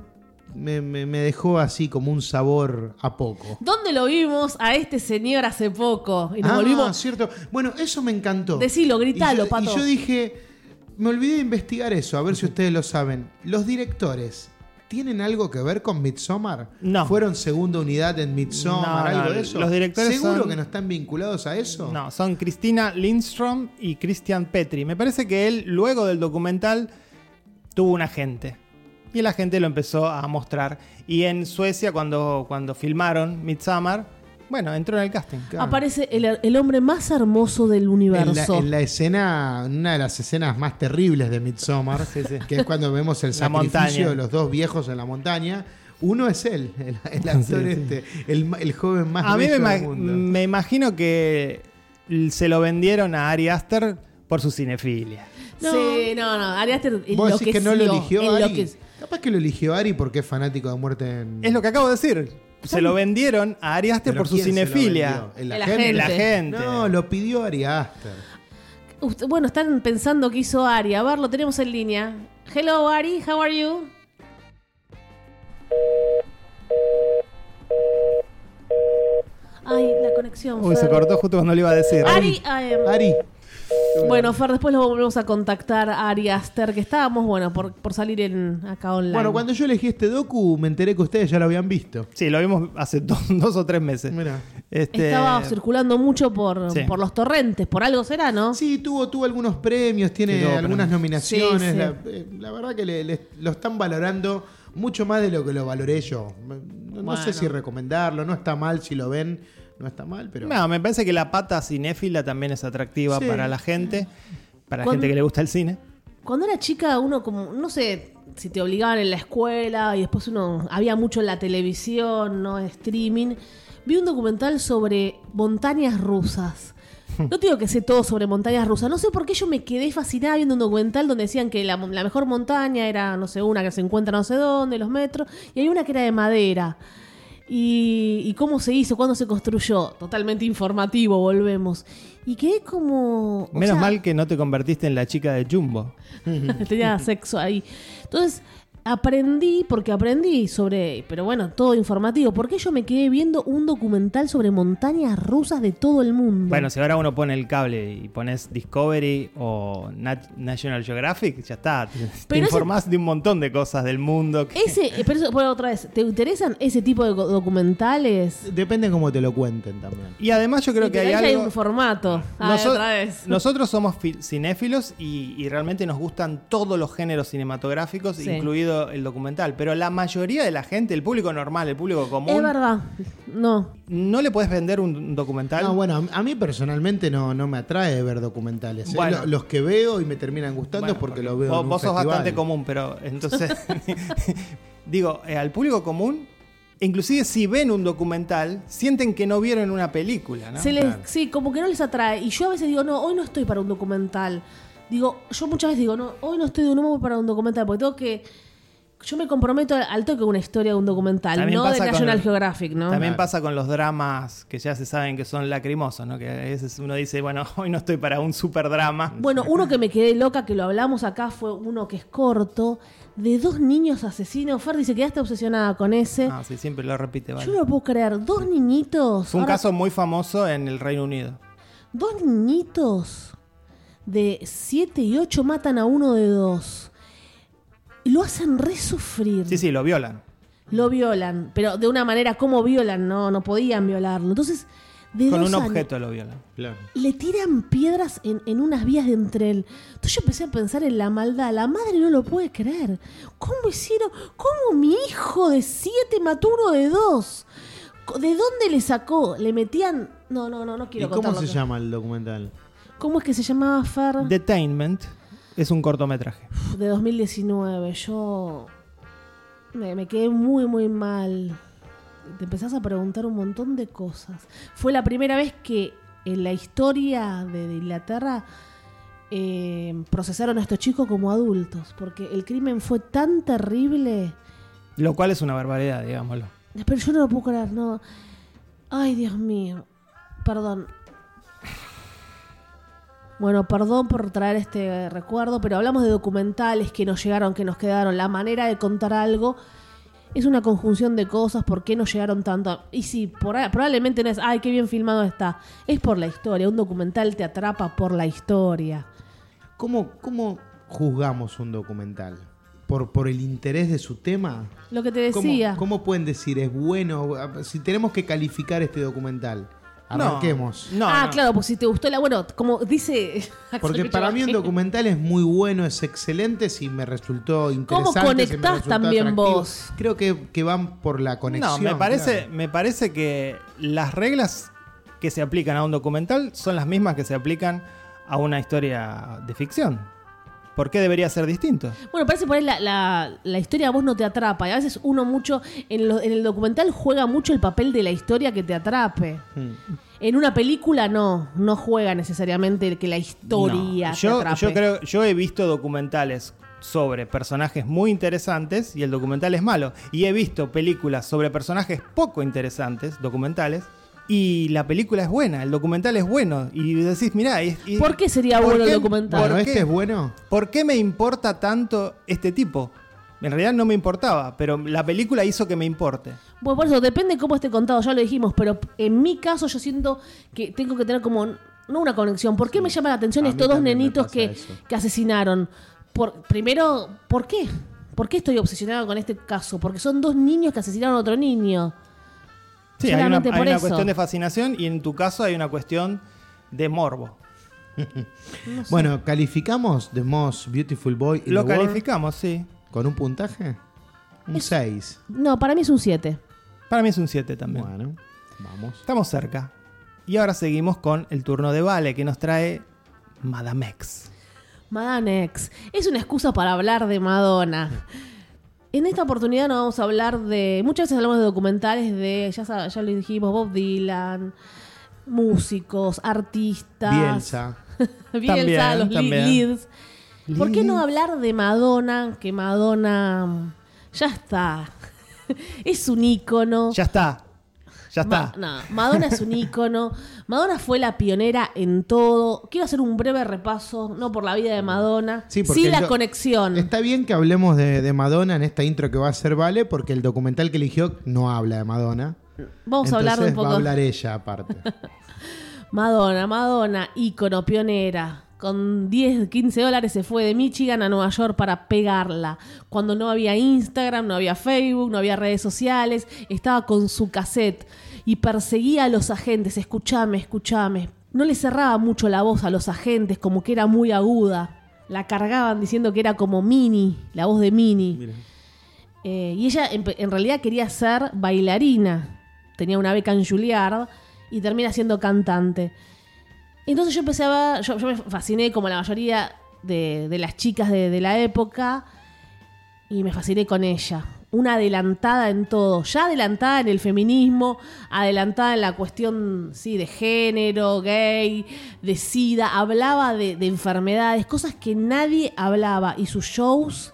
S3: me, me- me dejó así como un sabor a poco.
S2: ¿Dónde lo vimos a este señor hace poco? Y nos
S3: ah,
S2: volvimos.
S3: cierto. Bueno, eso me encantó.
S2: Decilo, gritalo,
S3: y yo,
S2: Pato.
S3: Y yo dije, me olvidé de investigar eso, a ver si ustedes lo saben. Los directores. ¿Tienen algo que ver con Midsommar?
S4: No.
S3: ¿Fueron segunda unidad en Midsommar?
S4: No, no,
S3: ¿Algo de eso?
S4: los directores
S3: ¿Seguro
S4: son-
S3: que no están vinculados a eso?
S4: No, son Cristina Lindstrom y Christian Petri. Me parece que él, luego del documental, tuvo un agente. Y el agente lo empezó a mostrar. Y en Suecia, cuando, cuando filmaron Midsommar, bueno, entró en el casting.
S3: Claro.
S2: Aparece el, el hombre más hermoso del
S3: En la,
S2: universo.
S3: en la escena, en una de las escenas más terribles de Midsommar, que es cuando vemos el
S4: La
S3: sacrificio
S4: montaña.
S3: de los dos viejos en la montaña. Uno es él, el, el actor
S4: Sí, sí.
S3: este, El, ma- el joven más
S4: A mí me,
S3: bello
S4: ima-
S3: del mundo.
S4: me imagino que se lo vendieron a Ari Aster por su cinefilia.
S2: No. Sí, no, no. Ari Aster
S3: ¿Vos decís que no lo
S2: enloqueció,
S3: eligió Ari?
S2: enloqueció.
S3: Capaz que lo eligió Ari porque es fanático de muerte en...
S4: Es lo que acabo de decir. Se lo vendieron a Ariaste
S3: ¿Pero
S4: por su
S3: quién se lo
S4: cinefilia.
S3: vendió? ¿El
S2: El
S3: agente?
S4: La gente.
S3: No, lo pidió Ari Aster.
S2: Usted- bueno, están pensando que hizo Ari. A ver, lo tenemos en línea. Hello, Ari, how are you? Ay, la conexión.
S4: Uy, se
S2: Fer.
S4: cortó justo cuando le iba a decir.
S2: Ari, ay, em,
S3: Ari,
S2: bueno, Fer, después lo volvemos a contactar a Ari Aster, que estábamos, bueno, por, por salir en, acá online.
S3: bueno, cuando yo elegí este docu me enteré que ustedes ya lo habían visto.
S4: Sí, lo vimos hace do- dos o tres meses.
S3: Mirá.
S4: Este,
S2: Estaba circulando mucho por,
S4: Sí.
S2: por los torrentes, por algo será, ¿no?
S3: Sí, tuvo, tuvo algunos premios, tiene
S4: Sí, tuvo
S3: algunas
S4: premios.
S3: nominaciones.
S2: Sí, sí.
S3: La, eh, la verdad que le- le- lo están valorando mucho más de lo que lo valoré yo. No, no
S2: Bueno.
S3: sé si recomendarlo, no está mal si lo ven, no está mal, pero...
S4: no, me parece que la pata cinéfila también es atractiva
S3: Sí.
S4: para la gente, para la
S2: Cuando-
S4: gente que le gusta el cine.
S2: Cuando era chica, uno como, no sé, si te obligaban en la escuela y después uno había mucho en la televisión, no streaming, vi un documental sobre montañas rusas. No te digo que sé todo sobre montañas rusas, no sé por qué yo me quedé fascinada viendo un documental donde decían que la, mon- la mejor montaña era, no sé, una que se encuentra no sé dónde, los metros, y hay una que era de madera. Y, y cómo se hizo, cuándo se construyó, totalmente informativo, volvemos. Y quedé como... o
S4: Menos
S2: sea,
S4: mal que no te convertiste en la chica de Jumbo.
S2: tenía sexo ahí. Entonces, aprendí, porque aprendí sobre, pero bueno, todo informativo, porque yo me quedé viendo un documental sobre montañas rusas de todo el mundo.
S4: Bueno, si ahora uno pone el cable y pones Discovery o Nat- National Geographic, ya está. Te, te
S2: Pero ese-
S4: informás de un montón de cosas del mundo. que-
S2: ese, eh, pero eso, bueno, otra vez, ¿te interesan ese tipo de go- documentales?
S3: Depende cómo te lo cuenten también.
S4: Y además yo creo
S2: Y
S4: que
S2: ahí
S4: hay
S2: ya
S4: algo...
S2: un formato. Ah,
S4: Noso-
S2: otra vez.
S4: Nosotros somos fi- cinéfilos y, y realmente nos gustan todos los géneros cinematográficos,
S2: Sí.
S4: incluido el documental. Pero la mayoría de la gente, el público normal, el público
S2: es
S4: común,
S2: verdad. No.
S4: no le puedes vender un, un documental.
S3: No, bueno, a- a mí personalmente no, no me atrae ver documentales. ¿eh?
S4: Bueno.
S3: Lo- Los que veo y me terminan gustando
S4: Bueno,
S3: es porque,
S4: porque
S3: lo veo.
S4: Vos,
S3: en un
S4: vos sos
S3: festival.
S4: bastante común, pero entonces. digo, eh, al público común, inclusive si ven un documental, sienten que no vieron una película, ¿no?
S2: Se les, Sí, como que no les atrae. Y yo a veces digo, no, hoy no estoy para un documental. Digo, yo muchas veces digo, no, hoy no estoy de un humor para un documental, porque tengo que. Yo me comprometo al- al toque con una historia de un documental,
S4: También
S2: no de
S4: pasa con-
S2: National Geographic, ¿no?
S4: También
S3: Claro.
S4: pasa con los dramas que ya se saben que son lacrimosos, ¿no? Que a veces uno dice, bueno, hoy no estoy para un super drama.
S2: Bueno, uno que me quedé loca, que lo hablamos acá, fue uno que es corto, de dos niños asesinos. Fer dice, quedaste obsesionada con ese.
S4: Ah, sí, siempre lo repite, vale.
S2: eh, Yo no lo puedo creer, dos niñitos.
S4: Fue un
S2: ahora-
S4: caso muy famoso en el Reino Unido.
S2: Dos niñitos de 7 y 8 matan a uno de dos. Y Lo hacen resufrir.
S4: Sí, sí, lo violan.
S2: Lo violan, pero de una manera como violan, no, no podían violarlo. Entonces, de
S4: Con
S2: dos
S4: un
S2: años,
S4: objeto lo violan.
S3: Claro.
S2: Le tiran piedras en, en unas vías de entrel. Entonces yo empecé a pensar en la maldad. La madre no lo puede creer. ¿Cómo hicieron? ¿Cómo mi hijo de siete mató uno de dos? Co- ¿De dónde le sacó? Le metían. No, no, no, no
S3: ¿Y
S2: quiero
S3: cómo
S2: contarlo.
S3: se llama el documental?
S2: ¿Cómo es que se llamaba Fer?
S4: Detainment es un cortometraje.
S2: de 2019. Yo me, me quedé muy, muy mal. Te empezás a preguntar un montón de cosas. Fue la primera vez que en la historia de, de Inglaterra eh, procesaron a estos chicos como adultos, porque el crimen fue tan terrible.
S4: Lo cual es una barbaridad, digámoslo.
S2: Pero yo no lo puedo creer, no. Ay, Dios mío. Perdón. Bueno, perdón por traer este eh, recuerdo, pero hablamos de documentales que nos llegaron, que nos quedaron, la manera de contar algo. Es una conjunción de cosas, ¿por qué nos llegaron tanto? Y sí, por, probablemente no es, ay, qué bien filmado está. Es por la historia, un documental te atrapa por la historia.
S3: ¿Cómo, cómo juzgamos un documental? ¿Por, ¿Por el interés de su tema?
S2: Lo que te
S3: ¿Cómo-
S2: decía.
S3: ¿Cómo, pueden decir es bueno? Si tenemos que calificar este documental,
S4: No.
S3: arranquemos.
S4: No,
S2: ah,
S4: no.
S2: claro, pues si te gustó la... Bueno, como dice... Axel
S3: Porque para mí un
S2: Kicillof.
S3: documental es muy bueno, es excelente, si me resultó interesante. si me
S2: conectás
S3: resultó
S2: también
S3: atractivo.
S2: vos?
S3: Creo que, que van por la conexión.
S4: No, me parece,
S3: claro.
S4: me parece que las reglas que se aplican a un documental son las mismas que se aplican a una historia de ficción. ¿Por qué debería ser distinto?
S2: Bueno, parece por ahí la, la, la historia a vos no te atrapa. Y a veces uno mucho, en, lo- en el documental juega mucho el papel de la historia que te atrape.
S3: Hmm.
S2: En una película no, no juega necesariamente el que la historia
S4: No.
S2: te
S4: Yo,
S2: atrape.
S4: yo creo, yo he visto documentales sobre personajes muy interesantes y el documental es malo. Y he visto películas sobre personajes poco interesantes, documentales, y la película es buena, el documental es bueno. Y decís, mirá, y- y-
S2: ¿Por qué sería bueno el documental?
S3: Bueno,
S4: ¿por
S3: este
S4: qué?
S3: es bueno.
S4: ¿Por qué me importa tanto este tipo? En realidad no me importaba, pero la película hizo que me importe.
S2: Bueno, por eso depende cómo esté contado, ya lo dijimos, pero en mi caso yo siento que tengo que tener como no una conexión. ¿Por qué me llama la atención
S3: A mí
S2: estos dos
S3: también me
S2: nenitos
S3: pasa
S2: que,
S3: eso.
S2: que asesinaron? Por, primero, ¿por qué? ¿Por qué estoy obsesionado con este caso? Porque son dos niños que asesinaron a otro niño.
S4: Sí, hay una,
S2: Solamente
S4: hay
S2: por
S4: una
S2: eso.
S4: cuestión de fascinación y en tu caso hay una cuestión de morbo.
S3: Bueno, ¿calificamos The Most Beautiful Boy in
S4: Lo
S3: the World
S4: calificamos, sí.
S3: con un puntaje? Un
S2: Es-
S3: 6.
S2: No, para mí es un 7.
S4: Para mí es un 7 también.
S3: Bueno, vamos.
S4: Estamos cerca. Y ahora seguimos con el turno de Vale, que nos trae Madamex.
S2: Madame X es una excusa para hablar de Madonna. En esta oportunidad nos vamos a hablar de. Muchas veces hablamos de documentales de. Ya, sab- ya lo dijimos, Bob Dylan, músicos, artistas.
S3: Bielsa.
S2: Bielsa,
S4: También,
S2: los li-
S4: también.
S2: leads. ¿Por qué no
S3: Leads.
S2: hablar de Madonna? Que Madonna. mm, Ya está. es un ícono.
S4: Ya está. Ya está.
S2: Ma- no, Madonna es un ícono. Madonna fue la pionera en todo. Quiero hacer un breve repaso, no por la vida de Madonna, sí,
S3: porque el
S2: la
S3: do-
S2: conexión.
S3: Está bien que hablemos de, de Madonna en esta intro que va a ser Vale, porque el documental que eligió no habla de Madonna.
S2: Vamos a hablar de un
S3: Entonces Va a
S2: poco.
S3: hablar ella aparte.
S2: Madonna, Madonna, ícono, pionera. Con 10, 15 dólares se fue de Michigan a Nueva York para pegarla. Cuando no había Instagram, no había Facebook, no había redes sociales, estaba con su cassette y perseguía a los agentes. Escuchame, escuchame. No le cerraba mucho la voz a los agentes, como que era muy aguda. La cargaban diciendo que era como Mini, la voz de Mini. Eh, y ella en, en realidad quería ser bailarina. Tenía una beca en Juilliard y termina siendo cantante. Entonces yo empecé a ver- yo, yo me fasciné como la mayoría de, de las chicas de, de la época y me fasciné con ella. Una adelantada en todo, ya adelantada en el feminismo, adelantada en la cuestión sí, de género, gay, de sida, hablaba de, de enfermedades, cosas que nadie hablaba y sus shows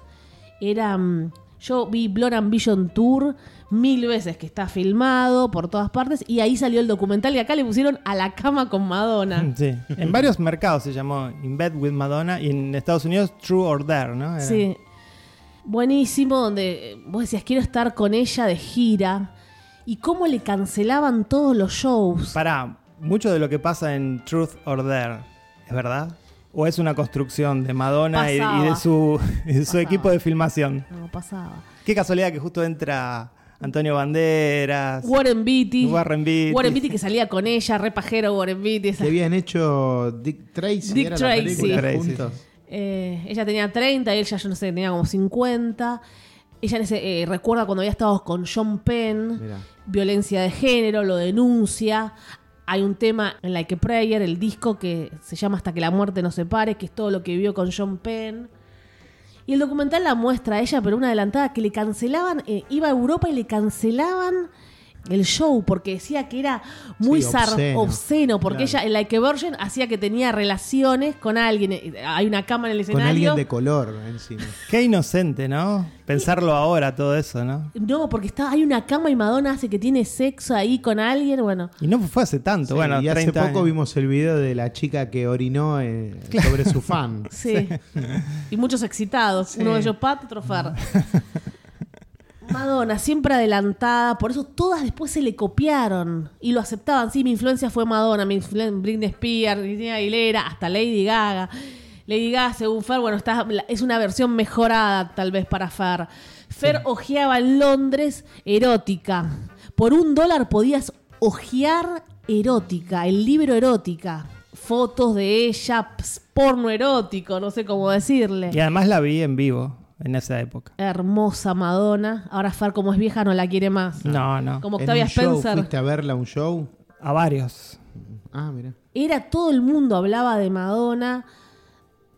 S2: eran... Yo vi Blur Ambition Tour mil veces que está filmado por todas partes y ahí salió el documental y acá le pusieron a la cama con Madonna.
S4: Mm, Sí. En varios mercados se llamó In Bed with Madonna y en Estados Unidos True or Dare, ¿no? Era-
S2: Sí. Buenísimo, donde eh, vos decías, quiero estar con ella de gira. Y cómo le cancelaban todos los shows.
S4: Pará, mucho de lo que pasa en Truth or Dare, ¿es verdad? ¿O es una construcción de Madonna y,
S2: Pasaba.
S4: y de su, y de su
S2: Pasaba.
S4: equipo de filmación?
S2: No pasaba.
S4: Qué casualidad que justo entra Antonio Banderas.
S2: Warren Beatty.
S4: Warren Beatty.
S2: Warren Beatty que salía con ella, repajero Warren Beatty. esa-
S3: Le habían hecho Dick Tracy.
S2: Dick
S3: era
S2: Tracy.
S3: La película,
S4: Tracy.
S3: juntos.
S2: Eh, ella tenía 30 y ella, yo no sé, tenía como 50. Ella en ese, eh, recuerda cuando había estado con John Penn.
S3: Mirá.
S2: violencia de género, lo denuncia. Hay un tema en Like a Prayer, el disco que se llama Hasta que la muerte nos separe, que es todo lo que vivió con John Penn. Y el documental la muestra a ella, pero una adelantada, que le cancelaban, eh, iba a Europa y le cancelaban el show porque decía que era muy
S3: Sí,
S2: zar-
S3: obsceno.
S2: obsceno, porque
S3: Claro.
S2: ella en Like a Virgin hacía que tenía relaciones con alguien. Eh, Hay una cama en el
S3: Con
S2: escenario.
S3: alguien de color encima.
S4: Qué inocente, ¿no? Pensarlo ahora, todo eso, ¿no?
S2: No, porque está, hay una cama y Madonna hace que tiene sexo ahí con alguien. Bueno,
S4: Y no fue hace tanto, bueno,
S3: y hace
S4: 30
S3: poco
S4: años.
S3: vimos el video de la chica que orinó eh, sobre su fan.
S2: Sí. y muchos excitados. Uno de ellos Pat, otro Fer. Madonna, siempre adelantada, por eso todas después se le copiaron y lo aceptaban. Sí, mi influencia fue Madonna, mi influen- Britney Spears, Cristina Aguilera, hasta Lady Gaga. Lady Gaga, según Fer, bueno, está, la- es una versión mejorada tal vez para Fer. Fer ojeaba en Londres erótica. Por un dólar podías ojear erótica, el libro erótica. Fotos de ella, ps- porno erótico, no sé cómo decirle.
S4: Y además la vi en vivo en esa época.
S2: Hermosa Madonna. Ahora Far, como es vieja, no la quiere más.
S3: Ah.
S4: No, no.
S2: Como
S3: En
S2: Octavia
S3: un show,
S2: Spencer.
S3: ¿Fuiste a verla a un show?
S4: A varios.
S3: Ah, mira.
S2: Era todo el mundo, hablaba de Madonna.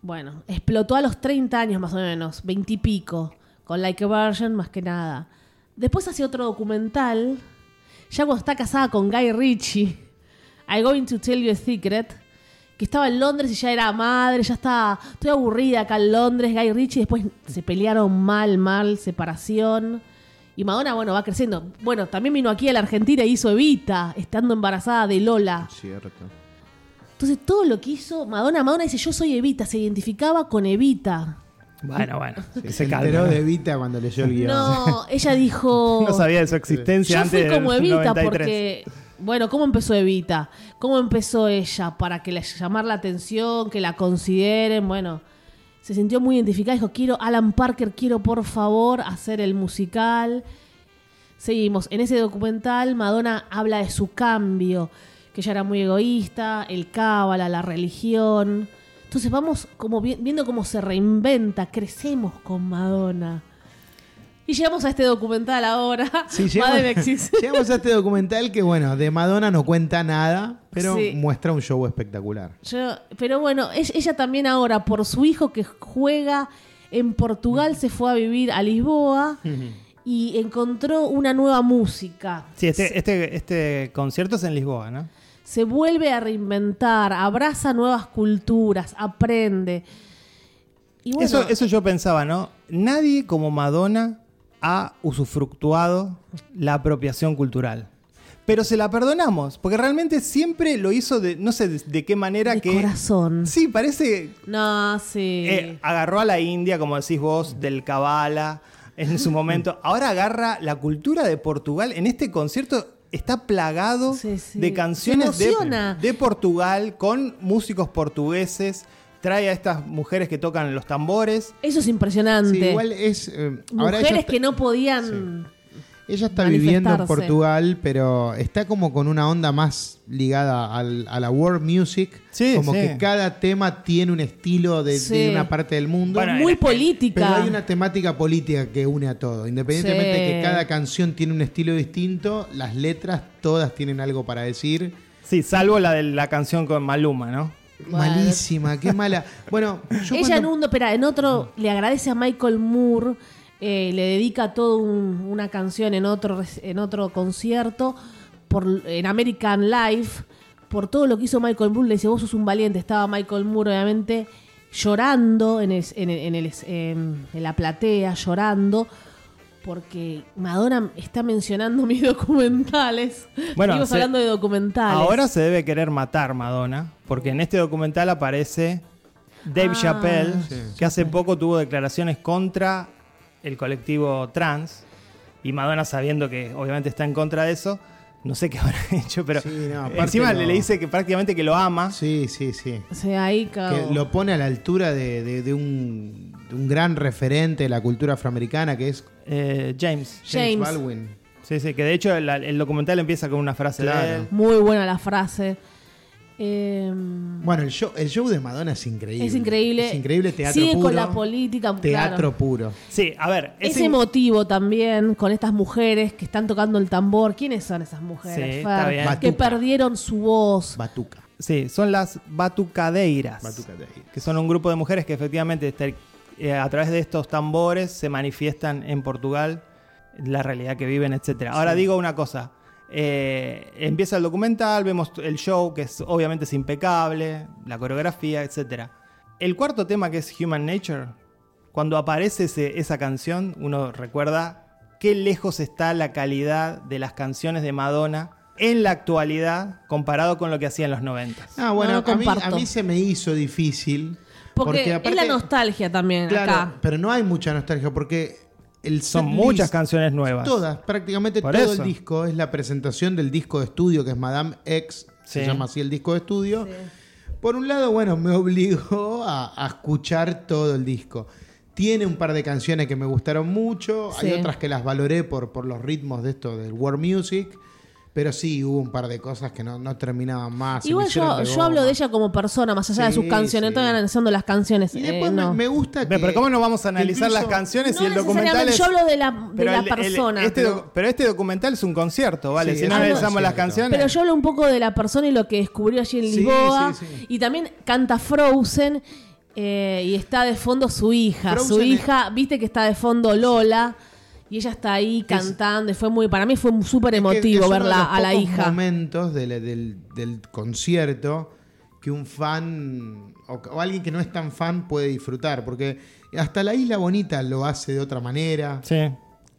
S2: Bueno, explotó a los 30 años más o menos, 20 y pico, con Like a Virgin más que nada. Después hace otro documental, ya cuando está casada con Guy Ritchie, I Going to Tell You a Secret, que estaba en Londres y ya era madre, ya está, estoy aburrida acá en Londres, Guy Ritchie, después se pelearon mal, mal, separación. Y Madonna, bueno, va creciendo. Bueno, también vino aquí a la Argentina e hizo Evita, estando embarazada de Lola.
S3: Cierto.
S2: Entonces todo lo que hizo Madonna, Madonna dice, yo soy Evita, se identificaba con Evita.
S4: Bueno, bueno. que
S3: Se
S4: se
S3: enteró
S4: calma.
S3: de Evita cuando leyó el guión.
S2: No, ella dijo...
S4: No sabía de su existencia
S2: Yo
S4: antes
S2: fui como
S4: del
S2: Evita
S4: 93.
S2: porque, bueno, ¿cómo empezó Evita? ¿Cómo empezó ella para que le llamar la atención, que la consideren? Bueno, se sintió muy identificada, dijo, quiero Alan Parker, quiero por favor hacer el musical. Seguimos, en ese documental Madonna habla de su cambio, que ella era muy egoísta, el cábala, la religión. Entonces vamos como vi- viendo cómo se reinventa, crecemos con Madonna. Y llegamos a este documental ahora.
S3: Sí, llegamos,
S2: Madre Mexis.
S3: llegamos a este documental que, bueno, de Madonna no cuenta nada, pero
S2: Sí.
S3: muestra un show espectacular.
S2: Yo- pero bueno, es- ella también ahora, por su hijo que juega en Portugal, se fue a vivir a Lisboa y encontró una nueva música.
S4: Sí, este, este, este concierto es en Lisboa, ¿no?
S2: se vuelve a reinventar, abraza nuevas culturas, aprende. Y bueno,
S4: eso, eso yo pensaba, ¿no? Nadie como Madonna ha usufructuado la apropiación cultural. Pero se la perdonamos, porque realmente siempre lo hizo de, no sé de, de qué manera
S2: de
S4: que...
S2: corazón.
S4: Sí, parece...
S2: No, sí.
S4: eh, agarró a la India, como decís vos, del Kabbalah en su momento. Ahora agarra la cultura de Portugal. En este concierto está plagado
S2: Sí, sí.
S4: de canciones
S2: Se
S4: de,
S2: emociona.
S4: de Portugal con músicos portugueses. Trae a estas mujeres que tocan los tambores.
S2: Eso es
S3: Sí,
S2: impresionante.
S3: igual es. eh, ahora
S2: Mujeres
S3: ella está-
S2: que no podían.
S3: Ella está viviendo en
S2: manifestarse.
S3: Portugal, pero está como con una onda más ligada al- a la world music.
S4: Sí,
S3: como
S4: sí.
S3: que cada tema tiene un estilo de, de
S2: Sí.
S3: una parte del mundo.
S4: Bueno,
S2: muy
S4: era-
S2: política.
S3: Pero hay una temática política que une a todo. Independientemente
S2: Sí.
S3: de que cada canción tiene un estilo distinto, las letras todas tienen algo para decir.
S4: Sí, salvo la de la canción con Maluma, ¿no?
S2: Bueno.
S3: Malísima, qué mala. Bueno, yo
S2: Ella en
S3: cuando-
S2: un, pero en otro le agradece a Michael Moore, eh, le dedica toda una canción en otro, res- en otro concierto, por, en American Life, por todo lo que hizo Michael Moore. Le dice, vos sos un valiente. Estaba Michael Moore, obviamente, llorando en, es- en, el- en el es- en- en la platea, llorando. Porque Madonna está mencionando mis documentales.
S4: Bueno,
S2: Seguimos
S4: se-
S2: hablando de documentales.
S4: Ahora se debe querer matar Madonna, porque en este documental aparece Dave
S2: Ah.
S4: Chappelle,
S3: Sí.
S4: que hace poco tuvo declaraciones contra el colectivo trans, y Madonna sabiendo que obviamente está en contra de eso, no sé qué habrá hecho, pero
S3: Sí, no, aparte
S4: encima
S3: no.
S4: le dice que prácticamente que lo ama.
S3: Sí, sí, sí.
S2: O sea, ahí
S3: Que
S2: cagó.
S3: lo pone a la altura de, de- de un, de un gran referente de la cultura afroamericana que es
S4: Eh, James.
S3: James,
S2: James.
S3: Baldwin.
S4: Sí, sí, que de hecho la- el documental empieza con una frase
S3: Claro.
S4: de él.
S2: Muy buena la frase. Em,
S3: Bueno, el show, el show de Madonna es increíble.
S2: es increíble.
S3: Es increíble teatro
S2: Sigue
S3: puro.
S2: con la política.
S3: Teatro
S2: claro.
S3: puro.
S4: Sí, a ver. es
S2: Es emotivo también con estas mujeres que están tocando el tambor. ¿Quiénes son esas mujeres?
S4: Sí, está bien.
S2: Que
S3: Batuta.
S2: perdieron su voz.
S3: Batuca.
S4: Sí, son las batucadeiras.
S3: Batuca de ahí.
S4: que son un grupo de mujeres que efectivamente este, eh, a través de estos tambores se manifiestan en Portugal la realidad que viven, etcétera. Ahora digo una cosa. eh, empieza el documental, vemos el show que es, obviamente es impecable, la coreografía, etcétera. El cuarto tema que es Human Nature, cuando aparece ese- esa canción, uno recuerda qué lejos está la calidad de las canciones de Madonna en la actualidad comparado con lo que hacía en los 90.
S3: Ah, bueno,
S2: No lo
S3: a, mí,
S2: comparto.
S3: a mí se me hizo difícil.
S2: Porque, es la
S3: aparte-
S2: nostalgia también
S3: Claro,
S2: acá.
S3: pero no hay mucha nostalgia porque el
S4: Son
S3: setlist-
S4: muchas canciones nuevas.
S3: Todas, prácticamente
S4: Por
S3: todo
S4: eso.
S3: el disco es la presentación del disco de estudio que es Madame X, se
S4: Sí.
S3: llama así el disco de estudio. Por un lado, bueno, me obligó a, a escuchar todo el disco. Tiene un par de canciones que me gustaron mucho, hay
S2: Sí.
S3: otras que las valoré por, por los ritmos de esto del world music, pero sí hubo un par de cosas que no, no terminaban más. se me
S2: Igual
S3: hicieron
S2: yo, yo
S3: goma.
S2: hablo de ella como persona, más allá de sus
S3: Sí,
S2: canciones.
S3: sí.
S2: Estoy analizando las canciones.
S3: Y
S2: eh,
S3: después me-
S2: no.
S3: me gusta que...
S4: Ve, Pero ¿cómo no vamos a
S3: que
S4: analizar las
S3: incluso-
S4: canciones
S2: No
S4: si el documental
S2: necesariamente,
S4: es...
S2: yo hablo de la, de
S4: Pero
S2: la
S4: el- el-
S2: persona.
S4: este
S2: pero-
S4: docu- pero este documental es un concierto, ¿vale?
S3: Sí,
S4: si no
S3: es un
S4: analizamos las
S3: concierto.
S4: canciones...
S2: Pero yo hablo un poco de la persona y lo que descubrió allí en
S3: Sí,
S2: Lisboa.
S3: sí, sí.
S2: Y también canta Frozen. eh, y está de fondo su hija. su
S3: Frozen es-
S2: hija, viste que está de fondo Lola. Y ella está ahí cantando. Y fue muy, para mí fue súper
S3: Es que
S2: emotivo
S3: es uno de
S2: verla
S3: los
S2: a la
S3: pocos
S2: hija.
S3: momentos de la- del, del concierto que un fan o, o alguien que no es tan fan puede disfrutar, porque hasta la Isla Bonita lo hace de otra manera,
S4: Sí.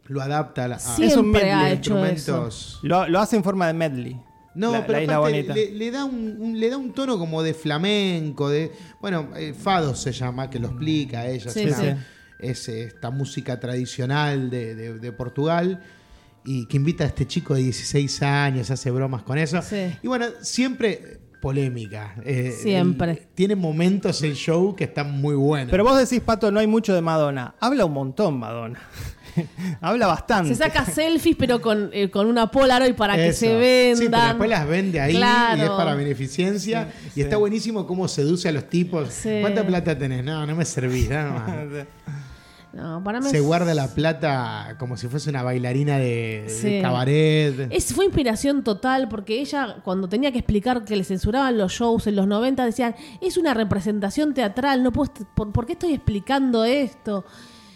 S3: lo adapta a, la- a
S4: es un
S2: Siempre
S4: medio
S2: ha
S3: de
S2: hecho eso.
S3: instrumentos.
S4: Lo, lo hace en forma de medley.
S3: No,
S4: La- la
S3: pero
S4: Isla
S3: aparte
S4: Bonita.
S3: Le, le da un, un- le da un tono como de flamenco, de bueno, eh, fado se llama, que lo explica ella,
S2: Sí,
S3: es,
S4: sí.
S3: una- es, eh, esta música tradicional de, de- de Portugal y que invita a este chico de 16 años, hace bromas con eso.
S2: Sí.
S3: Y bueno, siempre polémica. eh,
S2: Siempre.
S3: el- tiene momentos el show que están muy buenos.
S4: Pero vos decís, Pato, no hay mucho de Madonna. Habla un montón Madonna. Habla bastante.
S2: Se saca selfies, pero con, eh, con una Polaroid para que
S3: Eso.
S2: se vendan.
S3: Sí, pero después las vende ahí
S2: Claro.
S3: y es para beneficencia. y está buenísimo cómo seduce a los tipos.
S2: Sí.
S3: ¿Cuánta plata tenés? No, no me servís. nada más.
S2: No, para mí
S3: Se
S2: es-
S3: guarda la plata como si fuese una bailarina de, de
S2: Sí.
S3: cabaret.
S2: Es, fue inspiración total porque ella, cuando tenía que explicar que le censuraban los shows en los 90, decían: es una representación teatral, no puedo, est- ¿por, por qué estoy explicando esto?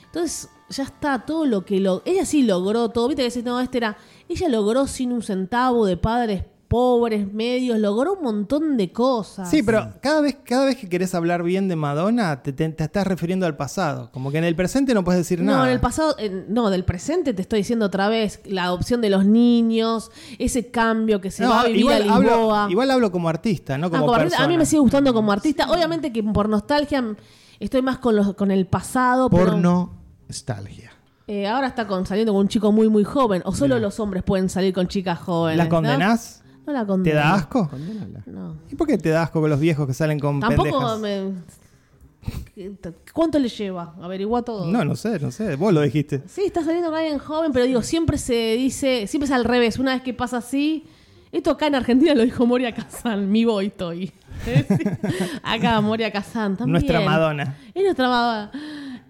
S2: Entonces, ya está todo lo que lo. Ella sí logró todo. Viste que decís, no, este era. Ella logró sin un centavo de padres pobres, medios, logró un montón de cosas.
S4: Sí, pero cada vez, cada vez que querés hablar bien de Madonna, te, te- te estás refiriendo al pasado. Como que en el presente no puedes decir
S2: No,
S4: nada.
S2: en el pasado, en- no, del presente te estoy diciendo otra vez la adopción de los niños, ese cambio que se
S4: No,
S2: va a vivir a Lisboa.
S4: hablo, igual hablo como artista, no
S2: Ah,
S4: como
S2: como artista,
S4: persona.
S2: a mí me sigue gustando como artista. Obviamente que por nostalgia m- estoy más con, los, con el pasado. pero,
S3: Porno, nostalgia.
S2: eh, ahora está con, saliendo con un chico muy, muy joven. O solo los hombres pueden salir con chicas jóvenes.
S4: ¿La
S2: ¿no?
S4: condenás?
S2: No, la condeno.
S4: ¿Te
S3: Mm.
S4: da asco?
S2: No.
S4: ¿Y por qué te da asco con los viejos que salen con
S2: Tampoco
S4: pendejas?
S2: me... ¿Cuánto le lleva? Averigua todo.
S4: No, no sé, no sé. Vos lo dijiste.
S2: Sí, está saliendo con alguien joven, pero digo, siempre se dice, siempre es al revés. Una vez que pasa así, esto acá en Argentina lo dijo Moria Kazan, mi boy toy. acá Moria Kazan también.
S4: Nuestra Madonna.
S2: Es nuestra Madonna.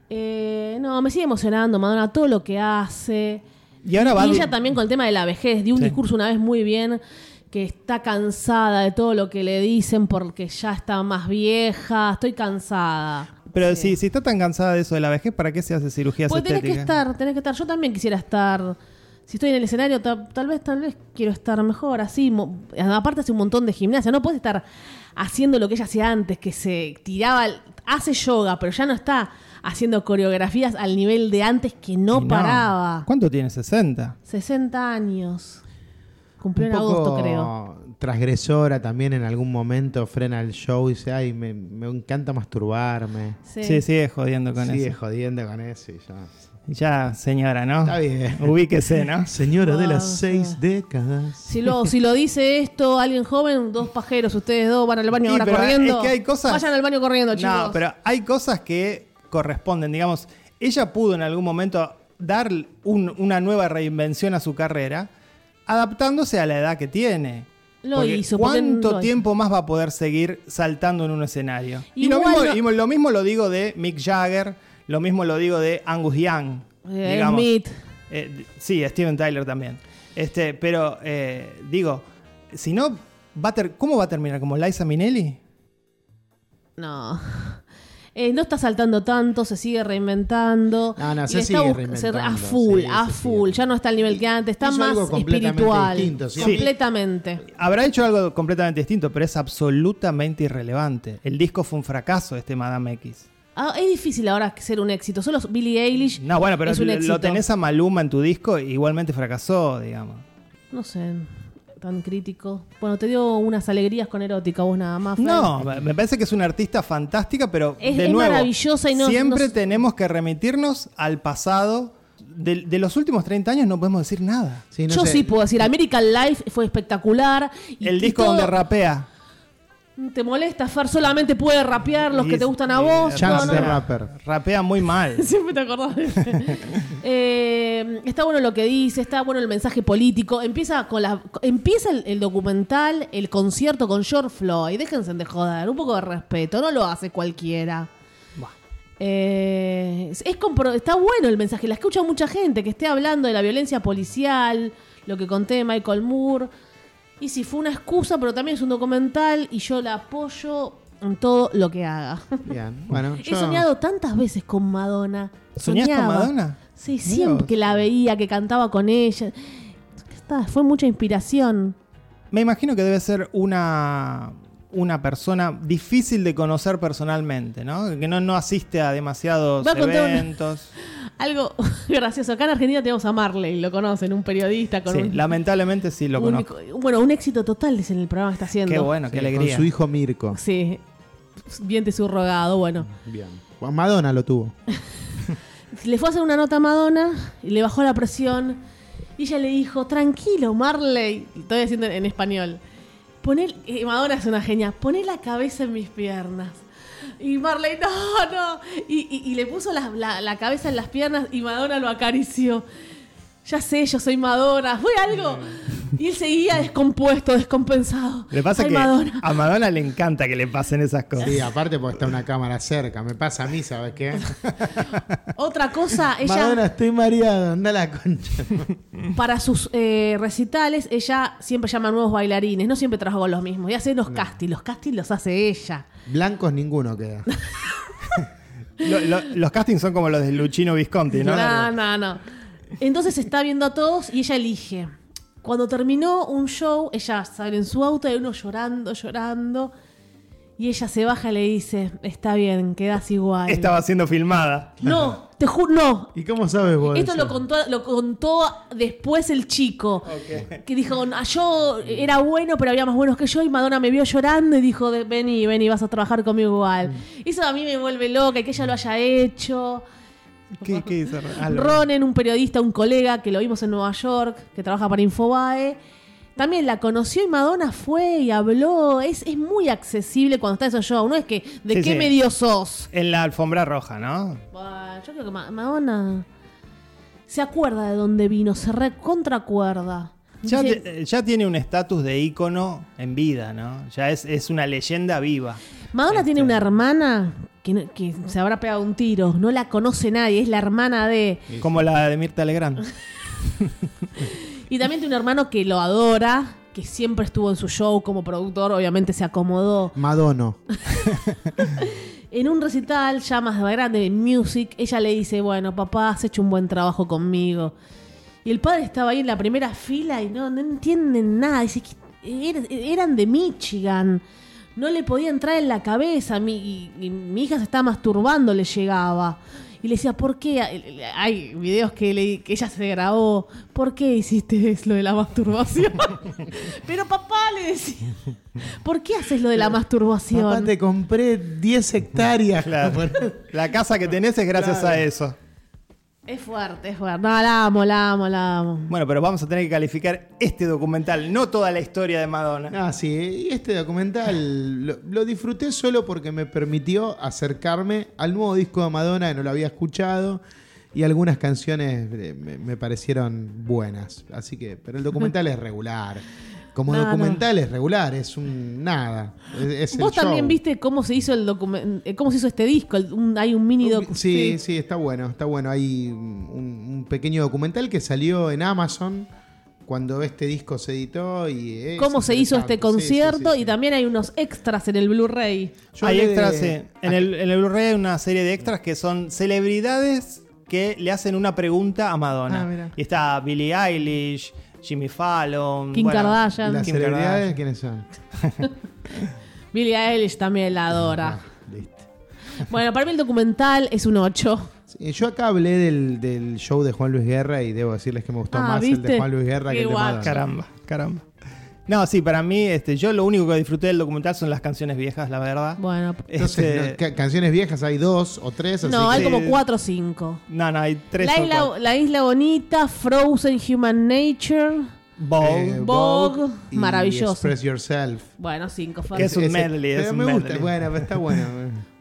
S2: Eh, no, me sigue emocionando Madonna, todo lo que hace.
S4: Y ahora va
S2: Y
S4: de-
S2: ella también con el tema de la vejez, dio un
S4: Sí.
S2: discurso una vez muy bien que está cansada de todo lo que le dicen porque ya está más vieja, estoy cansada.
S4: Pero si, si está tan cansada de eso de la vejez, ¿para qué se hace cirugía
S2: Porque Pues tenés que
S4: estética?
S2: estar, tenés que estar. Yo también quisiera estar. Si estoy en el escenario, ta- tal vez, tal vez quiero estar mejor, así. mo- Aparte hace un montón de gimnasia. No puedes estar haciendo lo que ella hacía antes, que se tiraba, al- hace yoga, pero ya no está haciendo coreografías al nivel de antes que no,
S4: Y no.
S2: paraba.
S4: ¿Cuánto tiene? ¿60?
S2: 60 años. Cumplió
S3: Un
S2: en agosto,
S3: poco
S2: creo.
S3: transgresora también en algún momento frena el show y dice, ay, me, me encanta masturbarme.
S2: Sí. Ah.
S4: Sí, sí, sigue jodiendo con
S3: Sigue
S4: eso.
S3: jodiendo con eso y ya.
S4: Ya, señora, ¿no?
S3: Está bien.
S4: Ubíquese, ¿no?
S3: Señora de
S2: Wow,
S3: las seis décadas.
S2: Si lo, si lo dice esto alguien joven, dos pajeros, ustedes dos van al baño
S4: Sí,
S2: ahora
S4: pero
S2: corriendo.
S4: es que hay cosas-
S2: Vayan al baño corriendo, chicos.
S4: No, pero hay cosas que corresponden. Digamos, ella pudo en algún momento dar un- una nueva reinvención a su carrera, adaptándose a la edad que tiene.
S2: Lo hizo, porque
S4: ¿Cuánto
S2: lo hizo.
S4: tiempo más va a poder seguir saltando en un escenario? Y lo,
S2: Igual
S4: mismo,
S2: no-
S4: y lo mismo lo digo de Mick Jagger, lo mismo lo digo de Angus Young.
S2: Eh,
S4: digamos.
S2: Smith.
S4: Eh, sí, Steven Tyler también. Este, pero eh, digo, si no, va a ter- ¿cómo va a terminar? ¿Como Liza Minnelli?
S2: No. Eh, no está saltando tanto, se sigue reinventando.
S3: No, no,
S2: Y
S3: se
S2: le
S3: sigue
S2: bus- se-
S3: reinventando,
S2: A full,
S3: sí,
S2: a
S3: se
S2: full.
S3: sigue.
S2: Ya no está al nivel que antes, está
S3: Hizo
S2: más
S3: algo completamente
S2: espiritual.
S3: distinto, sí.
S2: Completamente.
S4: Habrá hecho algo completamente distinto, pero es absolutamente irrelevante. El disco fue un fracaso, este Madame X.
S2: Ah, es difícil ahora ser un éxito. Solo Billie Eilish.
S4: No, bueno, pero
S2: es un
S4: lo-
S2: éxito.
S4: lo tenés a Maluma en tu disco y igualmente fracasó, digamos.
S2: No sé, tan crítico. Bueno, te dio unas alegrías con erótica vos nada más. Fran.
S4: No, me me parece que es una artista fantástica, pero
S2: Es-
S4: de
S2: es
S4: nuevo,
S2: maravillosa y no-
S4: siempre
S2: no-
S4: tenemos que remitirnos al pasado. De, de los últimos 30 años no podemos decir nada.
S3: Sí, no
S2: Yo
S3: sé.
S2: sí puedo decir, American Life fue espectacular. y-
S4: El
S2: y
S4: disco
S2: todo-
S4: donde rapea.
S2: Te molesta, Fer, solamente puede rapear los que te gustan a vos.
S3: Chance
S2: No, no,
S3: de
S2: no.
S3: rapper.
S4: Rapea muy mal.
S2: Siempre te acordás de ese. Eh, está bueno lo que dice, está bueno el mensaje político. Empieza con la, empieza el, el documental, el concierto con George Floyd. Déjense de joder, un poco de respeto, no lo hace cualquiera. Eh, es- es compro- está bueno el mensaje, la escucha mucha gente que esté hablando de la violencia policial, lo que conté Michael Moore. Y si fue una excusa, pero también es un documental y yo la apoyo en todo lo que haga.
S3: Bien, bueno.
S2: He
S3: yo-
S2: soñado tantas veces con Madonna.
S4: ¿Soñás con
S2: Soñaba.
S4: Madonna?
S2: Sí,
S4: Mirá
S2: siempre
S4: vos.
S2: que la veía, que cantaba con ella. Ya está, fue mucha inspiración.
S4: Me imagino que debe ser una, una persona difícil de conocer personalmente, ¿no? Que no, no asiste a demasiados
S2: Voy a contar una-
S4: eventos.
S2: Algo gracioso. Acá en Argentina tenemos a Marley, lo conocen, un periodista con
S4: Sí,
S2: un,
S4: lamentablemente sí lo
S2: un-
S4: conozco.
S2: Bueno, un éxito total, dicen en el programa que está haciendo.
S4: Qué bueno,
S3: Sí,
S4: qué alegría.
S3: Con su hijo Mirko.
S2: Sí, bien subrogado, bueno.
S3: Bien. Juan Madonna lo tuvo.
S2: Le fue a hacer una nota a Madonna y le bajó la presión. Y ella le dijo, tranquilo, Marley. Estoy diciendo en español. Poné, eh, Madonna es una genia. Poné la cabeza en mis piernas. Y Marley, no, no. Y, y- y le puso la, la- la cabeza en las piernas y Madonna lo acarició. Ya sé, yo soy Madonna. Fue algo. Y él seguía descompuesto, descompensado.
S4: Le pasa
S2: Ay,
S4: Mm. que
S2: Madonna.
S4: a Madonna le encanta que le pasen esas cosas.
S3: Sí, aparte porque está una cámara cerca. Me pasa a mí, ¿sabes qué?
S2: Otra cosa, ella...
S3: Madonna, estoy mareado. Anda a la concha.
S2: para sus eh, recitales, ella siempre llama a nuevos bailarines, no siempre trajo los mismos. Y hace los castings, los castings los hace ella.
S3: Blancos ninguno queda.
S4: Lo- lo- los castings son como los de Luchino Visconti, ¿no?
S2: No, no, no. Entonces está viendo a todos y ella elige. Cuando terminó un show, ella sale en su auto y hay uno llorando, llorando. Y ella se baja y le dice, está bien, quedas igual.
S4: Estaba siendo filmada.
S2: No, te juro, no.
S3: ¿Y cómo sabes vos?
S2: Esto
S3: eso?
S2: lo contó, lo contó después el chico. Que dijo, "Ah, yo era bueno, pero había más buenos que yo. Y Madonna me vio llorando y dijo, de- vení, vení, vas a trabajar conmigo igual.
S4: Mm.
S2: Eso a mí me vuelve loca y que ella lo haya hecho.
S4: ¿Qué, qué hizo? Ah, lo-
S2: Ronen, un periodista, un colega que lo vimos en Nueva York, que trabaja para Infobae. También la conoció y Madonna fue y habló. Es, es muy accesible cuando está en esos shows. No es que, ¿de
S4: Sí,
S2: qué
S4: sí.
S2: medio sos?
S4: En la alfombra roja, ¿no?
S2: Buah, yo creo que Ma- Madonna se acuerda de dónde vino, se recontracuerda.
S4: Ya,
S2: Dice,
S4: te- eh, ya tiene un estatus de ícono en vida, ¿no? Ya es, es una leyenda viva.
S2: Madonna tiene
S4: este-
S2: una hermana que, no- que se habrá pegado un tiro, no la conoce nadie, es la hermana de...
S4: Como la de Mirta Legrand.
S2: Y también tiene un hermano que lo adora, que siempre estuvo en su show como productor, obviamente se acomodó.
S3: Madono.
S2: En un recital ya más grande de Music, ella le dice, bueno, papá, has hecho un buen trabajo conmigo. Y el padre estaba ahí en la primera fila y no, no entienden nada. Dice, "¿Qué- er- eran de Michigan. No le podía entrar en la cabeza. Mi, y- y mi hija se estaba masturbando, le llegaba. Y le decía, ¿por qué? Hay videos que, le- que ella se grabó. ¿Por qué hiciste eso, lo de la masturbación? Pero papá le decía, ¿por qué haces lo de la masturbación?
S3: Papá, te compré 10 hectáreas.
S4: Claro. La casa que tenés es gracias a eso.
S2: Es fuerte, es fuerte. No, la amo, la amo, la amo.
S4: Bueno, pero vamos a tener que calificar este documental, no toda la historia de Madonna.
S3: Ah, sí, y este documental lo, lo disfruté solo porque me permitió acercarme al nuevo disco de Madonna que no lo había escuchado y algunas canciones eh, me, me parecieron buenas. Así que, pero el documental es regular. Como
S2: No, no.
S3: documental es regular, es un nada. Es, es el
S2: Vos también
S3: show.
S2: viste cómo se hizo el documen- eh, cómo se hizo este disco. el- un- hay un mini docu.
S3: Sí, sí, está bueno, está bueno. Hay un, un pequeño documental que salió en Amazon cuando este disco se editó y es
S2: Cómo se hizo este
S3: interesante. Sí, sí,
S2: concierto
S3: sí,
S2: y
S3: sí.
S2: también hay unos extras en el Blu-ray.
S3: Yo
S4: hay
S3: hablé
S4: extras,
S3: de-
S4: sí. En el, en el Blu-ray hay una serie de extras que son celebridades que le hacen una pregunta a
S3: Ah,
S4: Madonna.
S3: mirá.
S4: y está Billie Eilish, Jimmy Fallon.
S2: Kim
S3: ¿Y
S2: Kardashian.
S3: las
S4: Kim
S3: celebridades
S4: Kardashian.
S3: quiénes son?
S2: Billie Eilish también la adora.
S3: Ah, listo.
S2: Bueno, para mí el documental es un 8.
S3: Sí, yo acá hablé del, del show de Juan Luis Guerra y debo decirles que me gustó
S2: Ah,
S3: más el
S2: ¿viste?
S3: de Juan Luis Guerra
S2: Qué
S3: que el de
S2: guacho.
S3: Madonna.
S4: Caramba, caramba. No, sí, para mí, este, yo lo único que disfruté del documental son las canciones viejas, la verdad.
S2: Bueno.
S3: Entonces,
S4: Este,
S3: no, ca- canciones viejas hay dos o tres, así
S2: No, hay
S3: que-
S2: como 4 o 5.
S4: no, no, hay tres
S2: La
S4: o
S2: isla,
S4: cuatro.
S2: la isla Bonita, Frozen Human Nature.
S4: Ball.
S3: eh,
S2: Vogue,
S3: y
S2: maravilloso.
S3: Express Yourself.
S2: Bueno, 5.
S4: ¿Qué Es un medley, es
S3: pero
S4: un
S3: me gusta,
S4: medley.
S3: bueno, pero está bueno.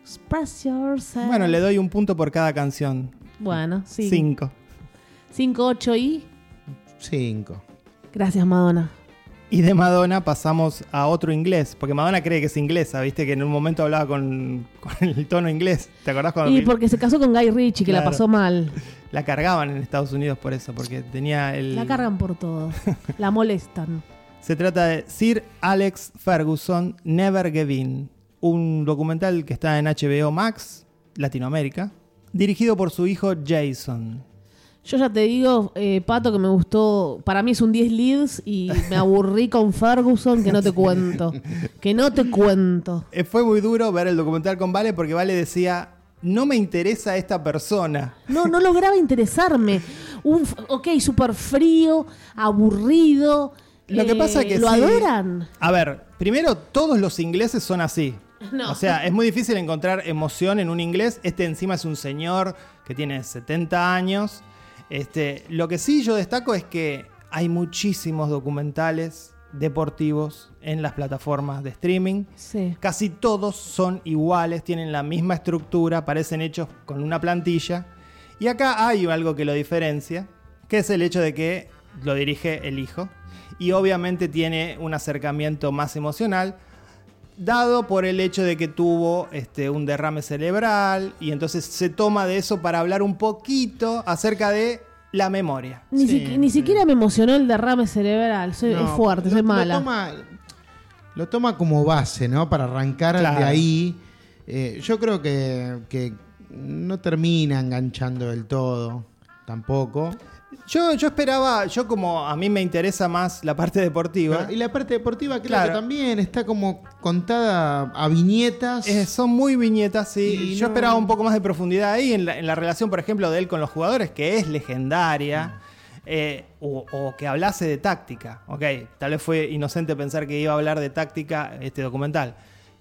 S2: Express yourself.
S4: bueno, le doy un punto por cada canción.
S2: Bueno, sí.
S4: Cinco.
S2: 5, 8 y.
S3: Cinco.
S2: Gracias, Madonna.
S4: Y de Madonna pasamos a otro inglés, porque Madonna cree que es inglesa, viste que en un momento hablaba con, con el tono inglés. ¿Te acordás cuando
S2: Y porque se casó con Guy Ritchie, que la
S4: Claro.
S2: pasó mal.
S4: la cargaban en Estados Unidos por eso? Porque tenía el.
S2: La cargan por todo. La molestan.
S4: Se trata de Sir Alex Ferguson Never Give In, un documental que está en HBO Max, Latinoamérica, dirigido por su hijo Jason.
S2: Yo ya te digo, eh, Pato, que me gustó. Para mí es un 10 leads y me aburrí con Ferguson, que no te cuento. Que no te cuento.
S4: Eh, Fue muy duro ver el documental con Vale porque Vale decía, no me interesa esta persona.
S2: No, no lograba interesarme. Un, f- ok, súper frío, aburrido.
S4: Lo que
S2: eh,
S4: pasa que
S2: Lo
S4: sí.
S2: adoran.
S4: A ver, primero, todos los ingleses son así.
S2: No.
S4: O sea, es muy difícil encontrar emoción en un inglés. Este encima es un señor que tiene 70 años. Este, lo que sí yo destaco es que hay muchísimos documentales deportivos en las plataformas de streaming.
S2: Sí.
S4: Casi todos son iguales, tienen la misma estructura, parecen hechos con una plantilla. Y acá hay algo que lo diferencia, que es el hecho de que lo dirige el hijo. Y obviamente tiene un acercamiento más emocional, dado por el hecho de que tuvo este, un derrame cerebral. Y entonces se toma de eso para hablar un poquito acerca de la memoria.
S2: Ni,
S3: Sí,
S2: siqui- ni
S3: sí.
S2: siquiera me emocionó el derrame cerebral. Soy,
S3: No,
S2: es fuerte,
S3: lo-
S2: soy mala.
S3: Lo toma, lo toma como base, ¿no? Para arrancar
S4: Claro.
S3: de ahí. Eh, yo creo que, que no termina enganchando del todo, tampoco.
S4: Yo, yo esperaba, yo como a mí me interesa más la parte deportiva.
S3: y la parte deportiva, creo
S4: Claro.
S3: que también está como contada a viñetas.
S4: Eh, son muy viñetas, sí.
S3: Y
S4: Yo
S3: no-
S4: esperaba un poco más de profundidad ahí en la, en la relación, por ejemplo, de él con los jugadores, que es legendaria.
S3: Mm.
S4: eh, o, o que hablase de táctica. Ok, tal vez fue inocente pensar que iba a hablar de táctica este documental.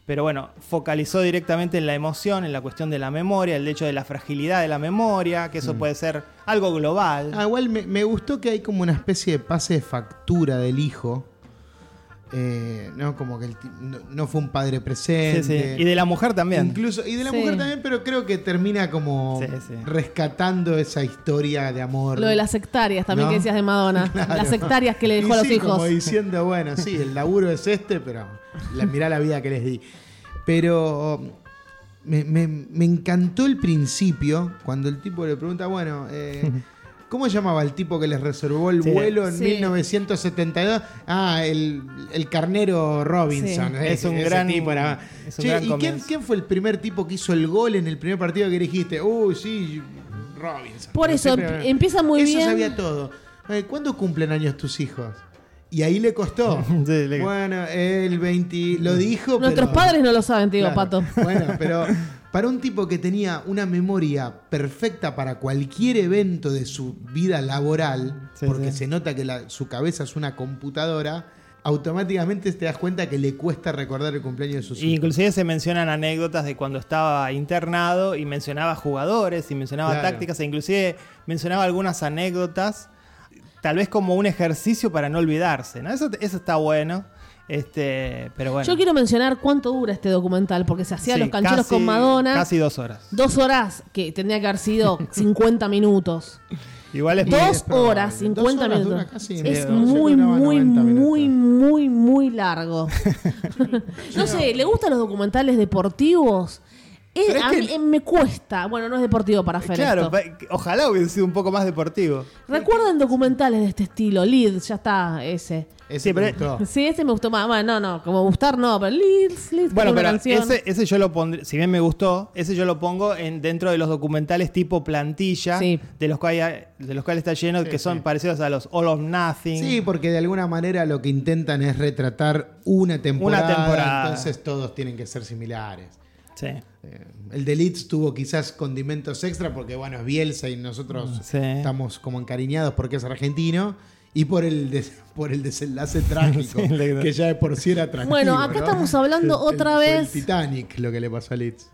S4: Pero bueno, focalizó directamente en la emoción, en la cuestión de la memoria, el hecho de la fragilidad de la memoria, que eso puede ser algo global.
S3: Mm. Ah, igual me, me gustó que hay como una especie de pase de factura del hijo. Eh, no, como que el ti- no, no fue un padre
S4: Sí,
S3: presente.
S4: sí. Y de la mujer también.
S3: Incluso, y de la
S2: Sí.
S3: mujer también, pero creo que termina como
S4: Sí, sí.
S3: rescatando esa historia de amor.
S2: Lo de las hectáreas también
S3: ¿No?
S2: que decías de Madonna.
S3: Claro.
S2: Las hectáreas que le dejó
S3: Y
S2: a los
S3: sí,
S2: hijos.
S3: Como diciendo, bueno, sí, el laburo es este, pero la, mirá la vida que les di. Pero me, me- me encantó el principio, cuando el tipo le pregunta, bueno, eh, ¿cómo se llamaba el tipo que les reservó el
S4: Sí.
S3: vuelo en
S2: Sí.
S3: 1972? Ah, el, el carnero Robinson.
S2: Sí.
S3: Ese-
S4: Es un
S3: ese
S4: gran-
S3: tipo era-
S4: es un
S3: Che,
S4: gran
S3: ¿Y quién,
S4: comienzo.
S3: quién fue el primer tipo que hizo el gol en el primer partido que dijiste? Uy, sí, Robinson.
S2: Por
S3: Pero
S2: eso,
S3: siempre-
S2: em- empieza muy
S3: eso
S2: bien.
S3: sabía todo. Eh, ¿Cuándo cumplen años tus hijos? Y ahí le costó.
S4: Sí, le-
S3: Bueno, el 20. Lo dijo.
S2: Nuestros
S3: pero-
S2: padres no lo saben, te digo,
S3: Claro.
S2: Pato.
S3: Bueno, pero para un tipo que tenía una memoria perfecta para cualquier evento de su vida laboral,
S4: Sí,
S3: porque
S4: sí.
S3: se nota que la- su cabeza es una computadora, automáticamente te das cuenta que le cuesta recordar el cumpleaños de sus
S4: Y
S3: hijos.
S4: Inclusive se mencionan anécdotas de cuando estaba internado y mencionaba jugadores y mencionaba
S3: Claro.
S4: tácticas e inclusive mencionaba algunas anécdotas, tal vez como un ejercicio para no olvidarse, ¿no? Eso, eso está bueno, este, pero bueno.
S2: Yo quiero mencionar cuánto dura este documental, porque se hacía
S4: Sí,
S2: Los Cancheros
S4: casi-
S2: con Madonna.
S4: Casi dos horas.
S2: Dos horas, que tendría que haber sido 50 minutos.
S4: Igual es muy-
S2: Dos
S3: probable.
S2: horas,
S3: Dos
S2: 50
S3: horas
S2: minutos.
S3: dura casi,
S2: es
S3: eh,
S2: muy,
S3: duraba
S2: muy,
S3: 90 minutos.
S2: muy, muy, muy largo. no sé, ¿le gustan los documentales deportivos? Es-
S4: Pero es
S2: a
S4: que-
S2: mí eh, me cuesta. Bueno, no es deportivo para Fer
S4: Claro,
S2: esto.
S4: pa- ojalá hubiera sido un poco más deportivo.
S2: Recuerden documentales de este estilo. Leeds, ya está, ese.
S3: Ese
S4: Sí, pero-
S3: me gustó.
S2: Sí, ese me gustó más. Bueno, no, no, como gustar no, pero Leeds, Leeds,
S4: Bueno,
S2: tiene una
S4: pero
S2: canción.
S4: ese, ese yo lo pondré, si bien me gustó, ese yo lo pongo en, dentro de los documentales tipo plantilla,
S2: Sí.
S4: de, los cuales, hay- de los cuales está lleno, que son parecidos a los All of Nothing.
S3: Sí, porque de alguna manera lo que intentan es retratar una temporada.
S4: Una temporada.
S3: Entonces todos tienen que ser similares.
S4: Sí.
S3: Eh, el de Leeds tuvo quizás condimentos extra porque, bueno, es Bielsa y nosotros
S4: Mm, Sí.
S3: estamos como encariñados porque es argentino. Y por el, des- por el desenlace trágico,
S4: Sí, el-
S3: que ya de por sí era atractivo.
S2: Bueno, acá
S3: ¿no?
S2: estamos hablando
S3: El- el-
S2: otra
S3: fue el
S2: vez.
S3: Titanic, lo que le pasó a Leeds.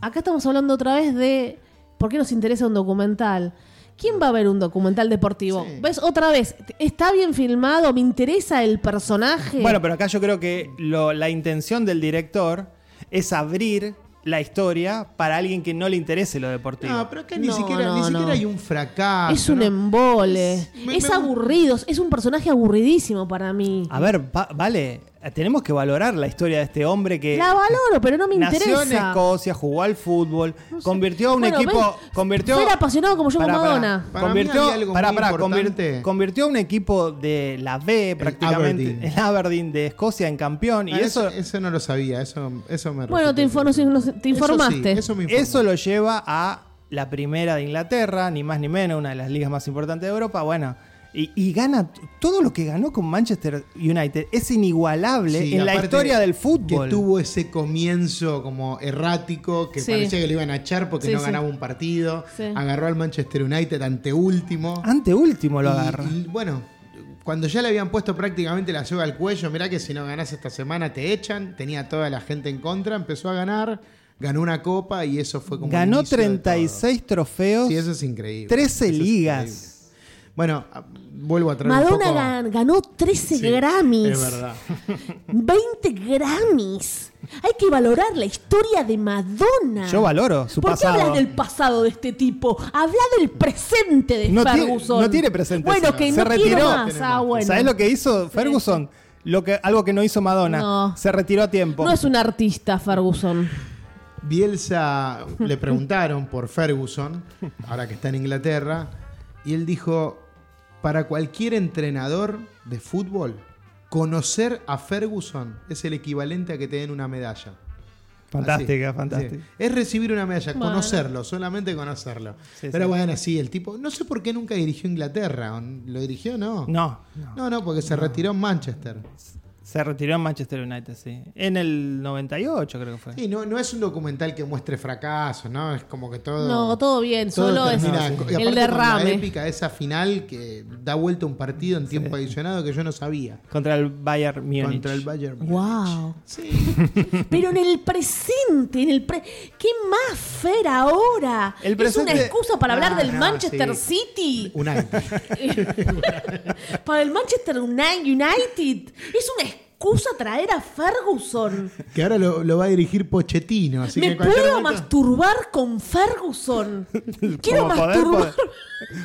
S2: Acá estamos hablando otra vez de por qué nos interesa un documental. ¿Quién va a ver un documental deportivo?
S3: Sí.
S2: ¿Ves otra vez? ¿Está bien filmado? ¿Me interesa el personaje?
S4: Bueno, pero acá yo creo que lo- la intención del director es abrir la historia para alguien que no le interese lo deportivo.
S3: No, pero acá
S2: No,
S3: ni siquiera,
S2: no,
S3: ni
S2: no.
S3: siquiera hay un
S4: ah,
S3: fracaso.
S2: es un em-
S3: ¿no?
S2: embole. Es,
S3: Es- me- me-
S2: aburrido. Es un personaje aburridísimo para mí.
S4: A ver, va- vale, tenemos que valorar la historia de este hombre que
S2: La valoro, pero no me
S4: nació en
S2: interesa.
S4: Escocia, jugó al fútbol,
S2: No sé.
S4: convirtió a un
S2: Bueno,
S4: equipo,
S2: ven,
S4: convirtió
S2: fuera apasionado como yo con
S4: Pará, pará.
S2: Madonna.
S3: Para mí
S4: convirtió,
S3: había algo
S4: pará,
S3: muy
S4: pará,
S3: importante.
S4: convir- convirtió a un equipo de la B prácticamente, el
S3: Aberdeen.
S4: Aberdeen, de Escocia en campeón y
S3: Ah,
S4: eso,
S3: eso, eso no lo sabía, eso, eso me
S2: Bueno,
S3: resultó
S2: te, infor-
S3: interesante.
S2: nos- te
S3: Eso sí,
S2: informaste.
S3: Eso, me informó.
S4: eso lo lleva a la primera de Inglaterra, ni más ni menos, una de las ligas más importantes de Europa. Bueno, y, y gana t- todo lo que ganó con Manchester United. Es inigualable
S3: Sí,
S4: en la
S3: aparte
S4: historia del
S3: Que
S4: fútbol.
S3: tuvo ese comienzo como errático, que
S2: Sí.
S3: parecía que lo iban a echar porque
S2: Sí,
S3: no
S2: sí.
S3: ganaba un partido.
S2: Sí.
S3: Agarró al Manchester United anteúltimo.
S4: Ante último Ah, lo
S3: Y-
S4: agarra.
S3: y, bueno, cuando ya le habían puesto prácticamente la soga al cuello, mirá que si no ganás esta semana te echan, tenía toda la gente en contra, empezó a ganar, ganó una copa y eso fue como. el
S4: Ganó
S3: inicio de todo.
S4: 36 trofeos,
S3: Sí, eso es increíble.
S4: 13
S3: Eso es increíble.
S4: ligas.
S3: Bueno, a- vuelvo a traer un
S2: Madonna
S3: poco-
S2: gan- ganó 13
S3: Sí,
S2: Grammys.
S3: Es verdad.
S2: 20 Grammys. Hay que valorar la historia de Madonna.
S4: Yo valoro su
S2: ¿Por qué
S4: pasado.
S2: hablas del pasado de este tipo? Habla del presente de
S4: No tiene-
S2: Ferguson.
S4: no tiene presente,
S2: Bueno,
S4: señora.
S2: que
S4: Se
S2: no quiero
S4: retiró.
S2: más.
S3: Tenemos.
S2: Ah, bueno.
S4: ¿Sabés lo que hizo Ferguson? Lo que, algo que no hizo Madonna.
S2: No.
S4: Se retiró a tiempo.
S2: No es un artista, Ferguson.
S3: Bielsa le preguntaron por Ferguson, ahora que está en Inglaterra, y él dijo, para cualquier entrenador de fútbol, conocer a Ferguson es el equivalente a que te den una medalla.
S4: Fantástica,
S3: Así,
S4: fantástica.
S3: así. Es recibir una medalla,
S2: Bueno.
S3: conocerlo, solamente conocerlo.
S4: Sí,
S3: Pero
S4: sí.
S3: bueno, sí, el tipo, no sé por qué nunca dirigió Inglaterra, ¿o n- ¿lo dirigió? No.
S4: No,
S3: No, no, porque se retiró en Manchester.
S4: se retiró en Manchester United, sí. En el 98 creo que fue.
S3: Sí, no, no es un documental que muestre fracaso, ¿no? Es como que todo...
S2: No, todo bien. solo es
S3: termina- y aparte
S2: el
S3: con La
S2: derrame.
S3: épica esa final que da vuelta un partido en tiempo adicionado que yo no sabía.
S4: Contra el Bayern Múnich.
S3: Contra el Bayern. Múnich.
S2: Wow.
S3: Sí.
S2: Pero en el presente, en el pre- ¿qué más Fer ahora?
S4: El
S2: Es
S4: presente-
S2: una excusa para hablar
S3: Ah,
S2: del
S3: no,
S2: Manchester
S3: sí.
S2: City,
S3: United.
S2: para el Manchester Uni- United. Es una excusa traer a Ferguson.
S3: Que ahora lo, lo va a dirigir Pochettino. Así que
S2: Me
S3: en cualquier
S2: puedo
S3: momento-
S2: masturbar con Ferguson. Quiero
S4: Como poder,
S2: masturbar.
S4: poder.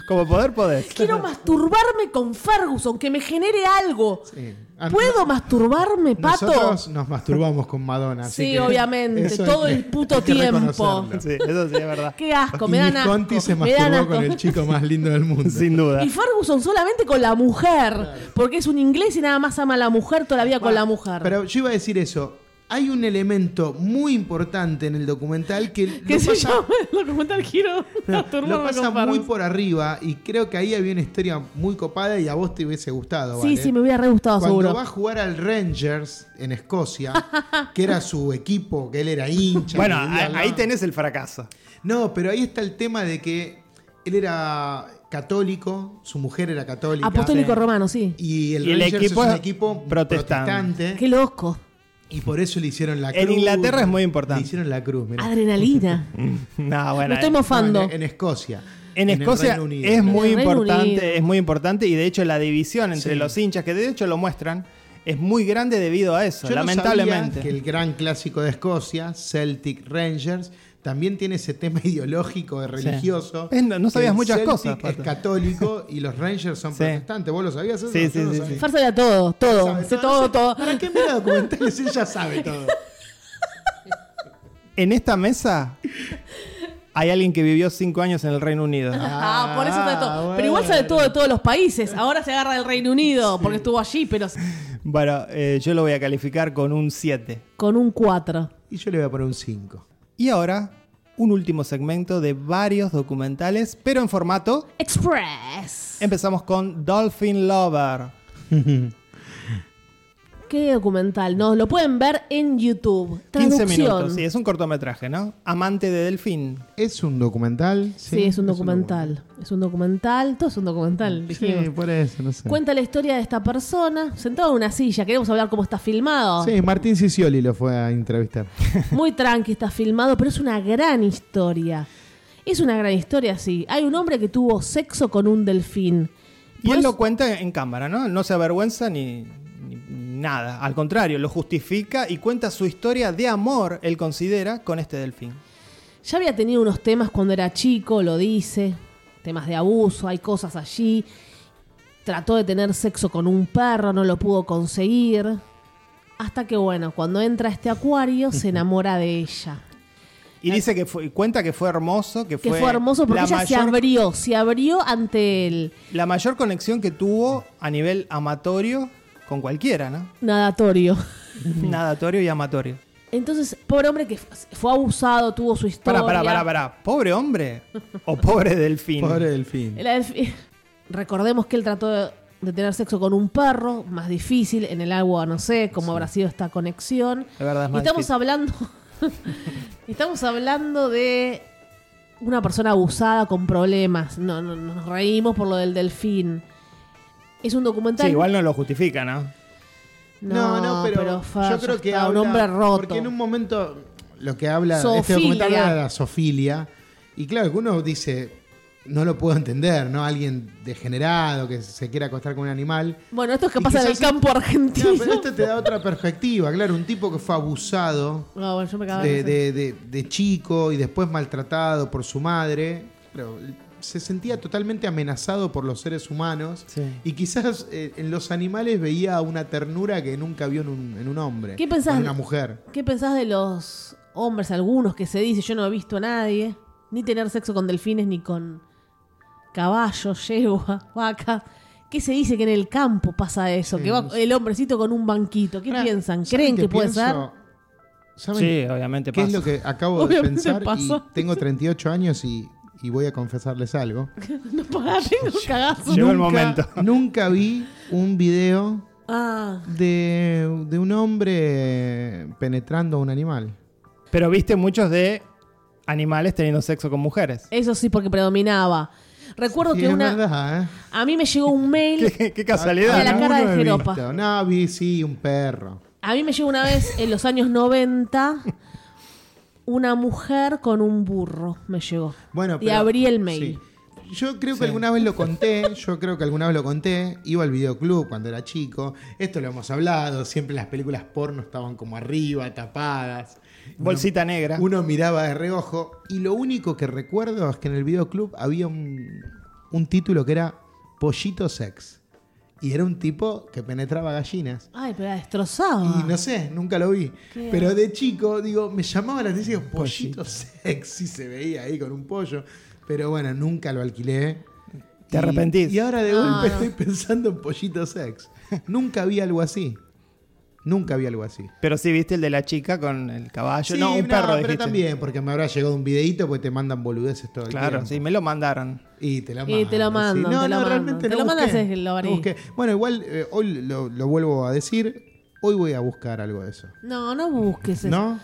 S4: Como poder, poder.
S2: Quiero masturbarme con Ferguson, que me genere algo.
S3: Sí. Ah,
S2: ¿Puedo masturbarme, Pato?
S3: Nosotros nos masturbamos con Madonna. así
S2: Sí,
S3: que
S2: obviamente,
S3: eso hay
S2: todo
S3: que-
S2: el puto
S3: hay que
S2: tiempo.
S3: reconocerlo.
S4: Sí, eso sí es verdad.
S2: Qué asco, me
S3: Y
S2: dan
S3: Miss
S2: asco.
S3: Conti se
S2: me dan
S3: masturbó
S2: asco.
S3: con el chico más lindo del mundo.
S4: Sin duda.
S2: Y Ferguson solamente con la mujer, porque es un inglés y nada más ama a la mujer todavía con la mujer.
S3: Pero yo iba a decir eso. Hay un elemento muy importante en el documental que,
S2: que
S3: lo
S2: se
S3: pasa-
S2: llama el documental Giro.
S3: Lo pasa muy por arriba y creo que ahí había una historia muy copada y a vos te hubiese gustado.
S2: Sí,
S3: ¿vale?
S2: sí, me hubiera re gustado
S3: ¿eh? Cuando
S2: seguro.
S3: va a jugar al Rangers en Escocia, que era su equipo, que él era hincha.
S4: Bueno,
S3: que vivía
S4: a-
S3: al
S4: ahí
S3: lado.
S4: tenés el fracaso.
S3: No, pero ahí está el tema de que él era católico, su mujer era católica.
S2: Apostólico
S4: Sí.
S2: romano, sí.
S3: Y el,
S4: Y el
S3: Rangers
S4: equipo
S3: es un
S4: es
S3: equipo
S4: protestante.
S3: protestante.
S2: Qué loco.
S3: y por eso le hicieron la cruz.
S4: En Inglaterra es muy
S3: Le
S4: importante.
S3: hicieron la cruz, mirá.
S2: Adrenalina.
S4: No,
S2: Me
S3: eh,
S4: bueno.
S2: estoy
S4: en-
S2: mofando.
S3: No, en, en Escocia.
S4: en
S3: el
S4: Escocia
S3: Reino Unido.
S4: es muy
S2: En el Reino Unido.
S4: importante, es muy importante y de hecho la división entre
S3: Sí.
S4: los hinchas, que de hecho lo muestran, es muy grande debido a eso,
S3: Yo no
S4: lamentablemente.
S3: sabía que el gran clásico de Escocia, Celtic Rangers, también tiene ese tema ideológico, de religioso.
S4: Es- no- no sabías
S3: El
S4: muchas
S3: Celtic
S4: cosas,
S3: Es
S4: Pato.
S3: católico y los Rangers son
S4: Sí.
S3: protestantes. ¿Vos lo sabías eso?
S4: Sí,
S3: Yo
S4: sí,
S3: no
S4: sí,
S3: sabía.
S4: sí.
S2: Fer sabía todo, todo.
S3: eh, Sabe
S2: Sé todo, todo.
S3: ¿Para qué mira documentales? Ella sabe todo.
S4: En esta mesa hay alguien que vivió cinco años en el Reino Unido.
S2: Ah, por eso sabe todo. Pero igual
S3: Ah, bueno.
S2: sabe todo de todos los países. Ahora se agarra del Reino Unido, porque estuvo allí, pero
S4: Bueno, eh, yo lo voy a calificar con un 7.
S2: con un 4.
S3: Y yo le voy a poner un 5.
S4: Y ahora, un último segmento de varios documentales, pero en formato.
S2: Express.
S4: Empezamos con Dolphin Lover.
S2: ¿Qué documental? No, lo pueden ver en YouTube.
S4: 15
S2: Traducción.
S4: minutos. Sí, es un cortometraje, ¿no? Amante de Delfín.
S3: ¿Es un documental?
S2: Sí, es un documental. Es un documental. Todo es un documental. dijimos.
S3: Sí, por eso, no sé.
S2: Cuenta la historia de esta persona sentado en una silla. Queremos hablar cómo está filmado.
S3: Sí, Martín Sicioli lo fue a entrevistar.
S2: Muy tranqui está filmado, pero es una gran historia. Es una gran historia, sí. Hay un hombre que tuvo sexo con un delfín. Pues
S4: Y
S2: Por
S4: él
S2: eso-
S4: lo cuenta en cámara, ¿no? No se avergüenza ni, ni nada. Al contrario, lo justifica y cuenta su historia de amor, él considera, con este delfín.
S2: Ya había tenido unos temas cuando era chico, lo dice, temas de abuso, hay cosas allí. Trató de tener sexo con un perro, no lo pudo conseguir. Hasta que, bueno, cuando entra a este acuario, se enamora de ella.
S4: Y dice que fue, cuenta que fue hermoso, que
S2: Que
S4: fue,
S2: fue, hermoso porque
S4: la,
S2: ella se
S4: mayor-
S2: abrió, se abrió ante el
S4: la mayor conexión que tuvo a nivel amatorio con cualquiera, ¿no?
S2: nadatorio.
S4: Nadatorio y amatorio.
S2: Entonces, pobre hombre que f- fue abusado, tuvo su historia.
S4: Pará, pará, pará, pará. ¿Pobre hombre o pobre delfín?
S3: Pobre delfín.
S2: La delfi- Recordemos que él trató de, de tener sexo con un perro, más difícil, en el agua, no sé cómo habrá sido esta conexión.
S4: La verdad es
S2: Y
S4: más
S2: estamos
S4: difícil.
S2: hablando. estamos hablando de una persona abusada con problemas. No, no- nos reímos por lo del delfín. Es un documental.
S4: Sí, igual no lo justifica, ¿no?
S3: No, no, pero,
S2: Fer,
S3: yo
S2: ya
S3: creo que
S2: está, un
S3: habla-
S2: hombre roto.
S3: Porque en un momento lo que habla este
S2: Zoofilia.
S3: documental habla de la sofilia. Y claro, que uno dice, no lo puedo entender, ¿no? Alguien degenerado que se quiera acostar con un animal.
S2: Bueno, esto es que
S3: Y
S2: pasa en el
S3: quizás sí-
S2: campo argentino.
S3: No, pero este- esto te da otra perspectiva, claro. Un tipo que fue abusado
S2: No, bueno, yo me cagaba,
S3: de,
S2: no sé.
S3: de- de- de chico y después maltratado por su madre. Pero se sentía totalmente amenazado por los seres humanos.
S4: Sí.
S3: Y quizás eh, en los animales veía una ternura que nunca vio en un, en un hombre.
S2: ¿Qué
S3: o
S2: pensás?
S3: En una mujer.
S2: ¿Qué pensás de los hombres, algunos que se dice yo no he visto a nadie? Ni tener sexo con delfines, ni con caballos, yegua, vaca. ¿Qué se dice que en el campo pasa eso?
S3: Sí,
S2: que va
S3: no
S2: el hombrecito con un banquito. ¿Qué
S3: Ahora,
S2: piensan?
S3: ¿saben
S2: ¿Creen
S3: qué
S2: que puede
S3: pienso?
S2: ser?
S3: ¿Saben
S4: Sí, obviamente
S3: qué
S4: pasa.
S3: es lo que acabo
S2: Obviamente
S3: de pensar?
S2: pasa.
S3: Y tengo 38 años y, y voy a confesarles algo.
S2: No, pará, tengo un cagazo.
S4: Llegó el
S3: Nunca-
S4: momento.
S3: Nunca vi un video
S2: Ah,
S3: de, de un hombre penetrando a un animal.
S4: Pero viste muchos de animales teniendo sexo con mujeres.
S2: eso sí, porque predominaba. Recuerdo
S3: Sí,
S2: que
S3: es
S2: una.
S3: verdad, ¿eh?
S2: A mí me llegó un mail.
S4: Qué, qué casualidad.
S2: De Ah, la
S4: ¿no?
S2: cara de
S3: Alguno he
S2: Jeropa.
S3: visto. No, vi, sí, un perro.
S2: A mí me llegó una vez, en los años 90, una mujer con un burro. Me llegó.
S3: Bueno,
S2: y
S3: pero-
S2: abrí el mail.
S3: sí. Yo creo que alguna vez lo conté, yo creo que alguna vez lo conté, iba al videoclub cuando era chico, esto lo hemos hablado, siempre las películas porno estaban como arriba, tapadas.
S4: Bolsita negra.
S3: Uno miraba de reojo y lo único que recuerdo es que en el videoclub había un, un título que era Pollito Sex y era un tipo que penetraba gallinas.
S2: Ay, pero la destrozaba.
S3: Y no sé, nunca lo vi.
S2: Ah. Qué-
S3: Pero de chico, digo, me llamaba la atención, digo, pollito sexy, se veía ahí con un pollo. Pero bueno, nunca lo alquilé. Y-
S4: Te arrepentís.
S3: Y ahora de
S2: No,
S3: golpe
S2: no.
S3: estoy pensando en pollito sex. nunca vi algo así. Nunca vi algo así.
S4: Pero sí viste el de la chica con el caballo.
S3: Sí,
S4: no, un perro.
S3: pero
S4: dijiste.
S3: también, porque me habrá llegado un videito porque te mandan boludeces todo el
S4: Claro,
S3: tiempo.
S4: sí, me lo mandaron.
S3: Y te
S2: Y
S3: la mandan.
S2: te lo
S3: sí.
S2: mandan,
S3: No,
S2: te lo
S3: no,
S2: mandan.
S3: realmente
S2: Te
S3: no
S2: lo mandan,
S3: busqué,
S2: haces lo
S3: no
S2: abrí.
S3: busqué. Bueno, igual eh, hoy lo, lo vuelvo a decir. Hoy voy a buscar algo de eso.
S2: No, no busques eso.
S3: ¿No?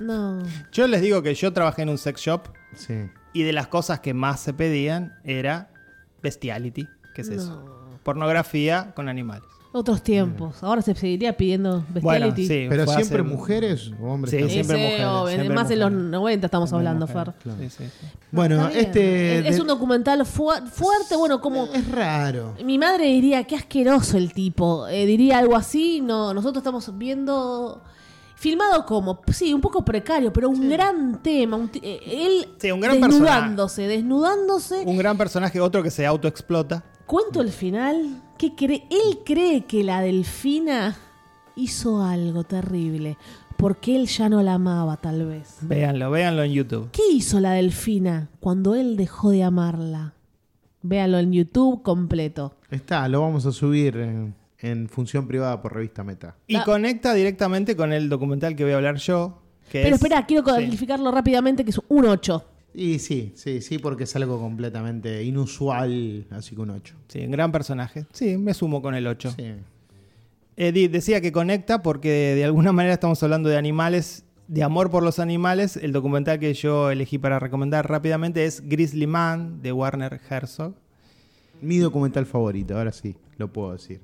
S2: No.
S4: Yo les digo que yo trabajé en un sex shop
S3: Sí.
S4: y de las cosas que más se pedían era bestiality. ¿Qué es eso? Pornografía con animales.
S2: Otros tiempos. Ahora se seguiría pidiendo
S4: Bueno,
S2: bestiality.
S4: sí,
S3: Pero
S4: fue hace-
S3: siempre mujeres o hombres.
S4: Sí,
S2: Sí,
S3: también?
S4: siempre
S2: sí,
S4: mujeres,
S2: obvio.
S4: siempre
S2: Más en los
S4: mujeres.
S2: 90 estamos hablando, Fer.
S4: Sí, sí, sí.
S3: Bueno,
S2: Está bien.
S3: este.
S2: Es, es
S3: de-
S2: un documental fu- fuerte, bueno, como...
S3: Es raro.
S2: Mi madre diría, qué asqueroso el tipo. Eh, diría algo así. No, nosotros estamos viendo... Filmado como, sí, un poco precario, pero un gran tema. un ti- eh, él
S4: Sí, un gran
S2: desnudándose, desnudándose.
S4: Un gran personaje, otro que se autoexplota.
S2: Cuento el final. Que cree, él cree que la delfina hizo algo terrible. Porque él ya no la amaba, tal vez.
S4: Véanlo, véanlo en YouTube.
S2: ¿Qué hizo la delfina cuando él dejó de amarla? Véanlo en YouTube completo.
S3: Está, lo vamos a subir en, en función privada por revista Meta.
S4: Y conecta directamente con el documental que voy a hablar yo. Que
S2: Pero
S4: es-
S2: espera, quiero
S4: Sí.
S2: clarificarlo rápidamente que es un 8.
S3: Y sí, sí, sí, porque es algo completamente inusual, así que un 8.
S4: Sí, un gran personaje. Sí, me sumo con el 8.
S3: Sí.
S4: Edith decía que conecta porque de alguna manera estamos hablando de animales, de amor por los animales. El documental que yo elegí para recomendar rápidamente es Grizzly Man de Warner Herzog.
S3: Mi documental favorito, ahora sí, lo puedo decir.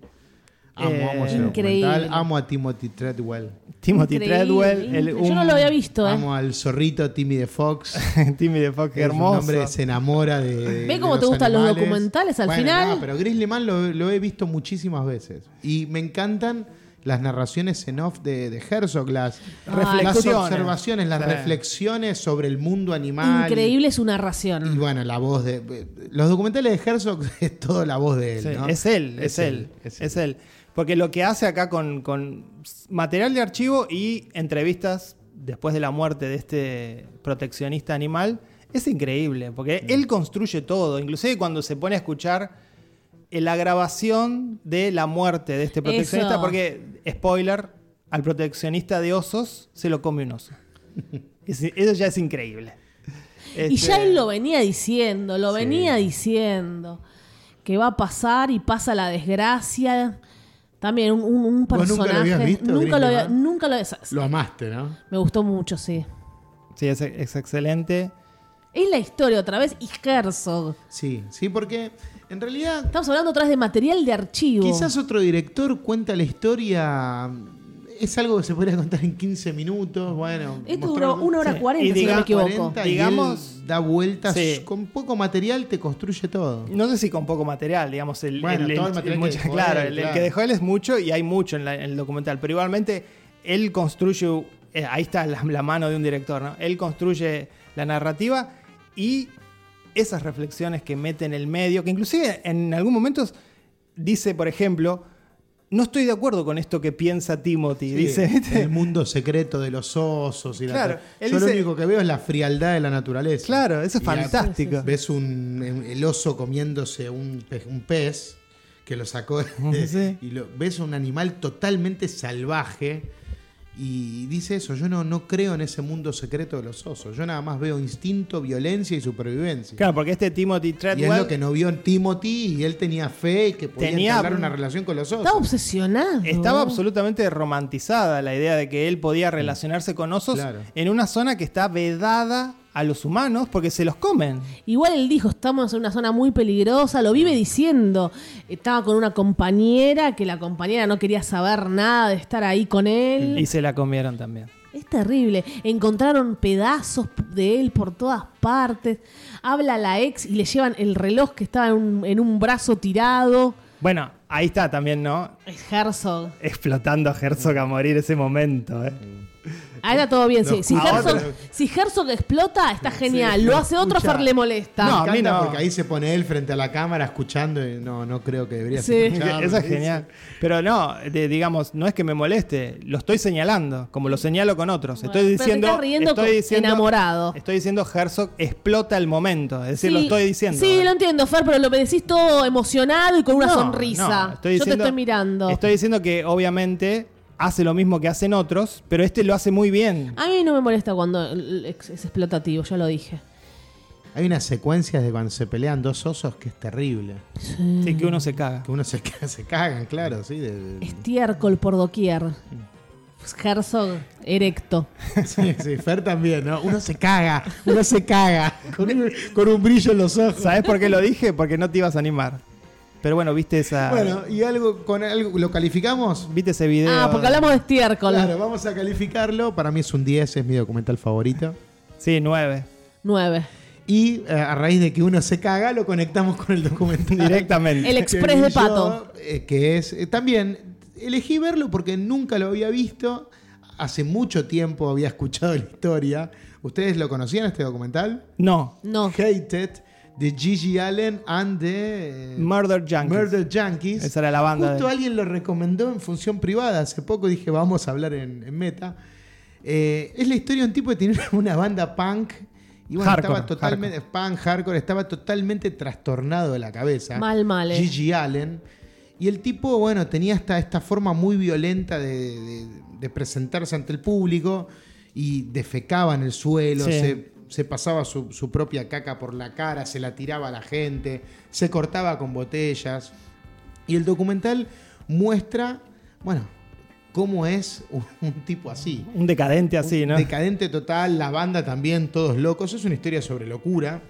S3: Amo,
S4: Eh,
S3: amo ese
S2: Increíble.
S3: documental. Amo a Timothy Treadwell.
S4: Timothy
S2: Increíble,
S4: Treadwell, el-
S2: increíble.
S4: un-
S2: Yo no lo había visto, ¿eh?
S3: Amo al zorrito Timmy de Fox.
S4: Timmy de Fox, qué
S3: Es un
S4: hermoso.
S3: hombre que se enamora de. de-
S2: ¿Ve
S3: de
S2: cómo te gustan los
S3: animales.
S2: documentales al
S3: Bueno,
S2: final?
S3: no, pero Grizzly Man lo, lo he visto muchísimas veces. Y me encantan las narraciones en off de, de Herzog, las,
S2: Ay.
S3: las
S4: Reflexiones.
S3: observaciones, las
S4: Sí.
S3: reflexiones sobre el mundo animal.
S2: Increíble su
S3: Y
S2: narración.
S3: bueno, la voz de. Los documentales de Herzog es todo la voz de él.
S4: Sí,
S3: ¿no?
S4: Es él, es, él, es él. Porque lo que hace acá con, con material de archivo y entrevistas después de la muerte de este proteccionista animal es increíble, porque él construye todo, inclusive cuando se pone a escuchar eh, la grabación de la muerte de este proteccionista,
S2: Eso.
S4: porque, spoiler, al proteccionista de osos se lo come un oso. Es- eso ya es increíble.
S2: Y
S4: Este,
S2: ya él lo venía diciendo, lo venía diciendo. Que va a pasar y pasa la desgracia. También un, un- un
S3: ¿Vos nunca lo
S2: personaje.
S3: habías visto,
S2: nunca lo
S3: Grindelwald?
S2: había- nunca lo-
S3: Lo amaste, ¿no?
S2: Me gustó mucho, sí.
S4: Sí, es, es excelente.
S2: Es la historia otra vez y Herzog.
S3: Sí, sí, porque en realidad
S2: Estamos hablando otra vez de material de archivo.
S3: Quizás otro director cuenta la historia. Es algo que se podría contar en 15 minutos. Bueno,
S2: Esto
S3: mostrar-
S2: duró una hora
S4: Sí.
S2: cuarenta,
S4: Y
S2: si no me
S4: diga-
S2: equivoco.
S3: 40 y
S4: Digamos-
S3: él da vueltas
S4: Sí.
S3: con poco material, te construye todo.
S4: No sé si con poco material, digamos, el,
S3: Bueno,
S4: el-
S3: todo el
S4: el-
S3: material que
S4: mucho-
S3: dejó
S4: claro,
S3: él,
S4: el, el
S3: claro.
S4: que dejó él es mucho y hay mucho en, la- en el documental, pero igualmente él construye, eh, ahí está la, la mano de un director, ¿no? Él construye la narrativa y esas reflexiones que mete en el medio, que inclusive en algún momento dice, por ejemplo, no estoy de acuerdo con esto que piensa Timothy,
S3: Sí,
S4: dice, ¿viste?
S3: el mundo secreto de los osos. Y la-
S4: Claro, él
S3: Yo lo
S4: dice-
S3: único que veo es la frialdad de la naturaleza.
S4: Claro, eso es
S3: Y la-
S4: fantástico.
S3: Ves un, em, el oso comiéndose un, pe- un pez que lo sacó de-
S4: Sí.
S3: y lo, ves un animal totalmente salvaje y dice eso, yo no, no creo en ese mundo secreto de los osos, yo nada más veo instinto, violencia y supervivencia.
S4: Claro, porque este Timothy
S3: Y es
S4: Treadwell
S3: lo que no vio en Timothy y él tenía fe y que podía
S4: Tenía-
S3: entablar una relación con los osos.
S2: Estaba obsesionado.
S4: Estaba absolutamente romantizada la idea de que él podía relacionarse con osos
S3: Claro.
S4: en una zona que está vedada a los humanos porque se los comen.
S2: Igual él dijo, estamos en una zona muy peligrosa, lo vive diciendo. Estaba con una compañera que la compañera no quería saber nada de estar ahí con él.
S4: Y se la comieron también.
S2: Es terrible. Encontraron pedazos de él por todas partes. Habla la ex y le llevan el reloj que estaba en un, en un brazo tirado.
S4: Bueno, ahí está también, ¿no?
S2: Es Herzog.
S4: Explotando a Herzog a morir ese momento. ¿eh?
S2: Ahí está Ah, todo bien. sí. si,
S4: ahora-
S2: Herzog, si Herzog explota, está genial.
S3: pero
S2: lo hace otro,
S3: escucha.
S2: Fer le molesta.
S3: Me
S4: No, a mí
S3: encanta
S4: no.
S3: porque ahí se pone él frente a la cámara escuchando y no, no creo que debería
S2: Sí.
S3: escuchar.
S4: Eso es genial. Pero no, de- digamos, no es que me moleste, lo estoy señalando, como lo señalo con otros.
S2: Bueno,
S4: estoy
S2: pero te
S4: diciendo,
S2: estás riendo
S4: estoy
S2: con-
S4: diciendo-
S2: enamorado.
S4: Estoy diciendo Herzog explota el momento, es decir, lo
S2: Sí,
S4: estoy diciendo.
S2: Sí,
S4: ¿eh?
S2: lo entiendo, Fer, pero lo me decís todo emocionado y con una
S4: No,
S2: sonrisa.
S4: no,
S2: Yo te
S4: diciendo-
S2: estoy mirando.
S4: Estoy diciendo que obviamente hace lo mismo que hacen otros, pero este lo hace muy bien.
S2: A mí no me molesta cuando el- el- es es explotativo, ya lo dije.
S3: Hay unas secuencias de cuando se pelean dos osos que es terrible.
S4: Así que uno se caga.
S3: Que uno se, ca- se cagan, claro, sí. de- de-
S2: Estiércol por doquier.
S4: Mm.
S2: Herzog erecto.
S3: sí, sí, Fer también, ¿no? Uno se caga, uno se caga, con un, con un brillo en los ojos.
S4: ¿Sabes por qué lo dije? Porque no te ibas a animar. Pero bueno, viste esa.
S3: Bueno, y algo con algo, ¿lo calificamos?
S4: viste ese video.
S2: Ah, porque hablamos de estiércol.
S3: Claro, vamos a calificarlo. Para mí es un 10, es mi documental favorito.
S4: Sí, nueve.
S2: Nueve.
S3: Y eh, a raíz de que uno se caga, lo conectamos con el documental.
S4: Directamente.
S2: El Express de
S3: vi yo,
S2: Pato.
S3: eh, que es. eh, también elegí verlo porque nunca lo había visto. Hace mucho tiempo había escuchado la historia. ¿Ustedes lo conocían este documental?
S4: No.
S2: No.
S3: Hated de Gigi Allen and the eh,
S4: Murder Junkies.
S3: Murder Junkies.
S4: Esa era la banda
S3: Justo
S4: de-
S3: alguien lo recomendó en función privada hace poco. Dije, vamos a hablar en, en meta. Eh, es la historia de un tipo que tiene una banda punk. Y bueno,
S4: Hardcore,
S3: estaba totalmente. Punk, hardcore, estaba totalmente trastornado de la cabeza.
S2: Mal, mal, eh.
S3: Gigi Allen. Y el tipo, bueno, tenía esta, esta forma muy violenta de, de- de presentarse ante el público y defecaba en el suelo,
S4: Sí.
S3: se, se pasaba su, su propia caca por la cara, se la tiraba a la gente, se cortaba con botellas. Y el documental muestra, bueno, cómo es un, un tipo así.
S4: Un decadente así, ¿no?
S3: Decadente total, la banda también, todos locos. Es una historia sobre locura,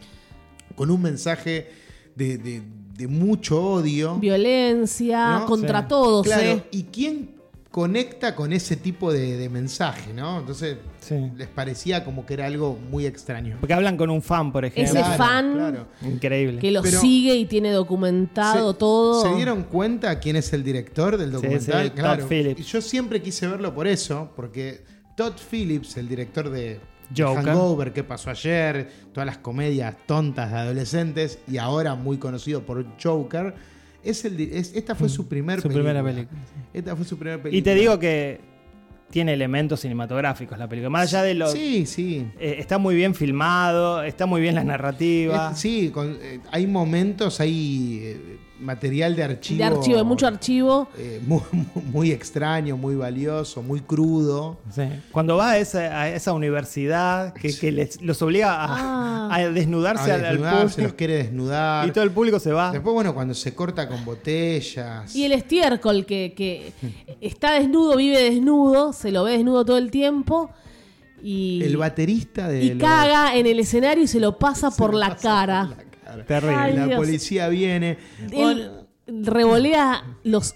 S3: con un mensaje de, de- de mucho odio.
S2: Violencia
S3: No,
S2: contra
S4: sí.
S2: todos,
S3: Claro,
S2: ¿eh?
S3: ¿y quién conecta con ese tipo de, de mensaje, no? Entonces,
S4: Sí.
S3: les parecía como que era algo muy extraño.
S4: Porque hablan con un fan, por ejemplo.
S2: Ese fan
S4: Increíble.
S2: Que lo
S3: Pero-
S2: sigue y tiene documentado
S3: Se-
S2: todo.
S3: ¿Se dieron cuenta quién es el director del documental?
S4: sí, Todd Phillips.
S3: Y yo siempre quise verlo por eso, porque Todd Phillips, el director de
S4: Joker.
S3: Hangover, que pasó ayer, todas las comedias tontas de adolescentes y ahora muy conocido por Joker, es el, di- es- esta fue su primer
S4: Mm. su
S3: película.
S4: primera película,
S3: Esta fue su primera película.
S4: Y te digo que tiene elementos cinematográficos la película. Más allá de lo.
S3: Sí, sí.
S4: Eh, está muy bien filmado, está muy bien la narrativa.
S3: Es- sí, con- eh, hay momentos, hay eh, material de archivo.
S2: de archivo, de mucho archivo.
S3: eh, muy, muy extraño, muy valioso, muy crudo.
S4: Sí. Cuando va a esa, a esa universidad que, que les, los obliga a,
S2: Ah.
S4: a desnudarse
S3: A
S4: al-
S3: desnudar,
S4: al
S3: se los
S4: público
S3: quiere desnudar.
S4: y todo el público se va.
S3: Después, bueno, cuando se corta con botellas.
S2: Y el estiércol que, que está desnudo, vive desnudo, se lo ve desnudo todo el tiempo y,
S3: El baterista de.
S2: y
S3: los-
S2: caga en el escenario y se lo pasa
S3: se
S2: por
S3: lo
S2: la
S3: pasa
S2: cara.
S3: por la cara.
S4: Terrible.
S2: Ay,
S3: la
S2: Dios.
S3: policía viene.
S2: Él revolea los,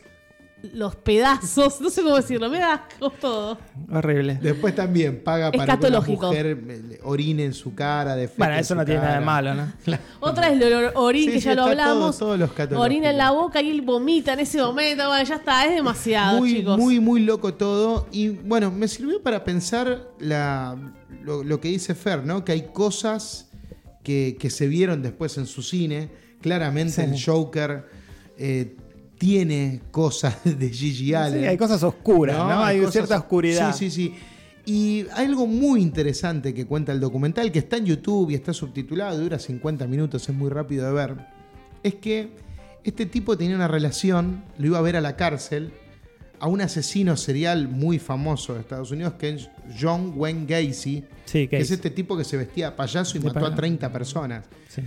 S2: los pedazos, no sé cómo decirlo, me da asco todo.
S4: Horrible.
S3: Después también paga para que una
S2: Escatológico.
S3: mujer eh, orine en su cara. defeque
S4: Bueno,
S3: en
S4: eso
S3: su
S4: no tiene nada
S3: cara.
S4: de malo, ¿no?
S2: Otra es el olor- orín,
S3: Sí,
S2: que
S3: sí,
S2: ya lo
S3: está todo-
S2: hablamos.
S3: todos los catálogos.
S2: Orina en la boca y él vomita en ese momento. Bueno, ya está, es demasiado,
S3: muy,
S2: chicos.
S3: Muy, muy loco todo. Y bueno, me sirvió para pensar la- lo, lo que dice Fer, ¿no? Que hay cosas que, que se vieron después en su cine. Claramente
S4: Sí.
S3: el Joker eh, tiene cosas de Gigi Allen.
S4: Sí, hay cosas oscuras, ¿no? Hay,
S3: cosas-
S4: cierta oscuridad.
S3: Sí, sí, sí. Y hay algo muy interesante que cuenta el documental, que está en YouTube y está subtitulado, dura 50 minutos, es muy rápido de ver, es que este tipo tenía una relación, lo iba a ver a la cárcel, a un asesino serial muy famoso de Estados Unidos, que es John Wayne Gacy,
S4: Sí,
S3: que
S4: que
S3: es este tipo que se vestía de payaso y
S4: De
S3: mató a
S4: payaso.
S3: 30 personas.
S4: sí.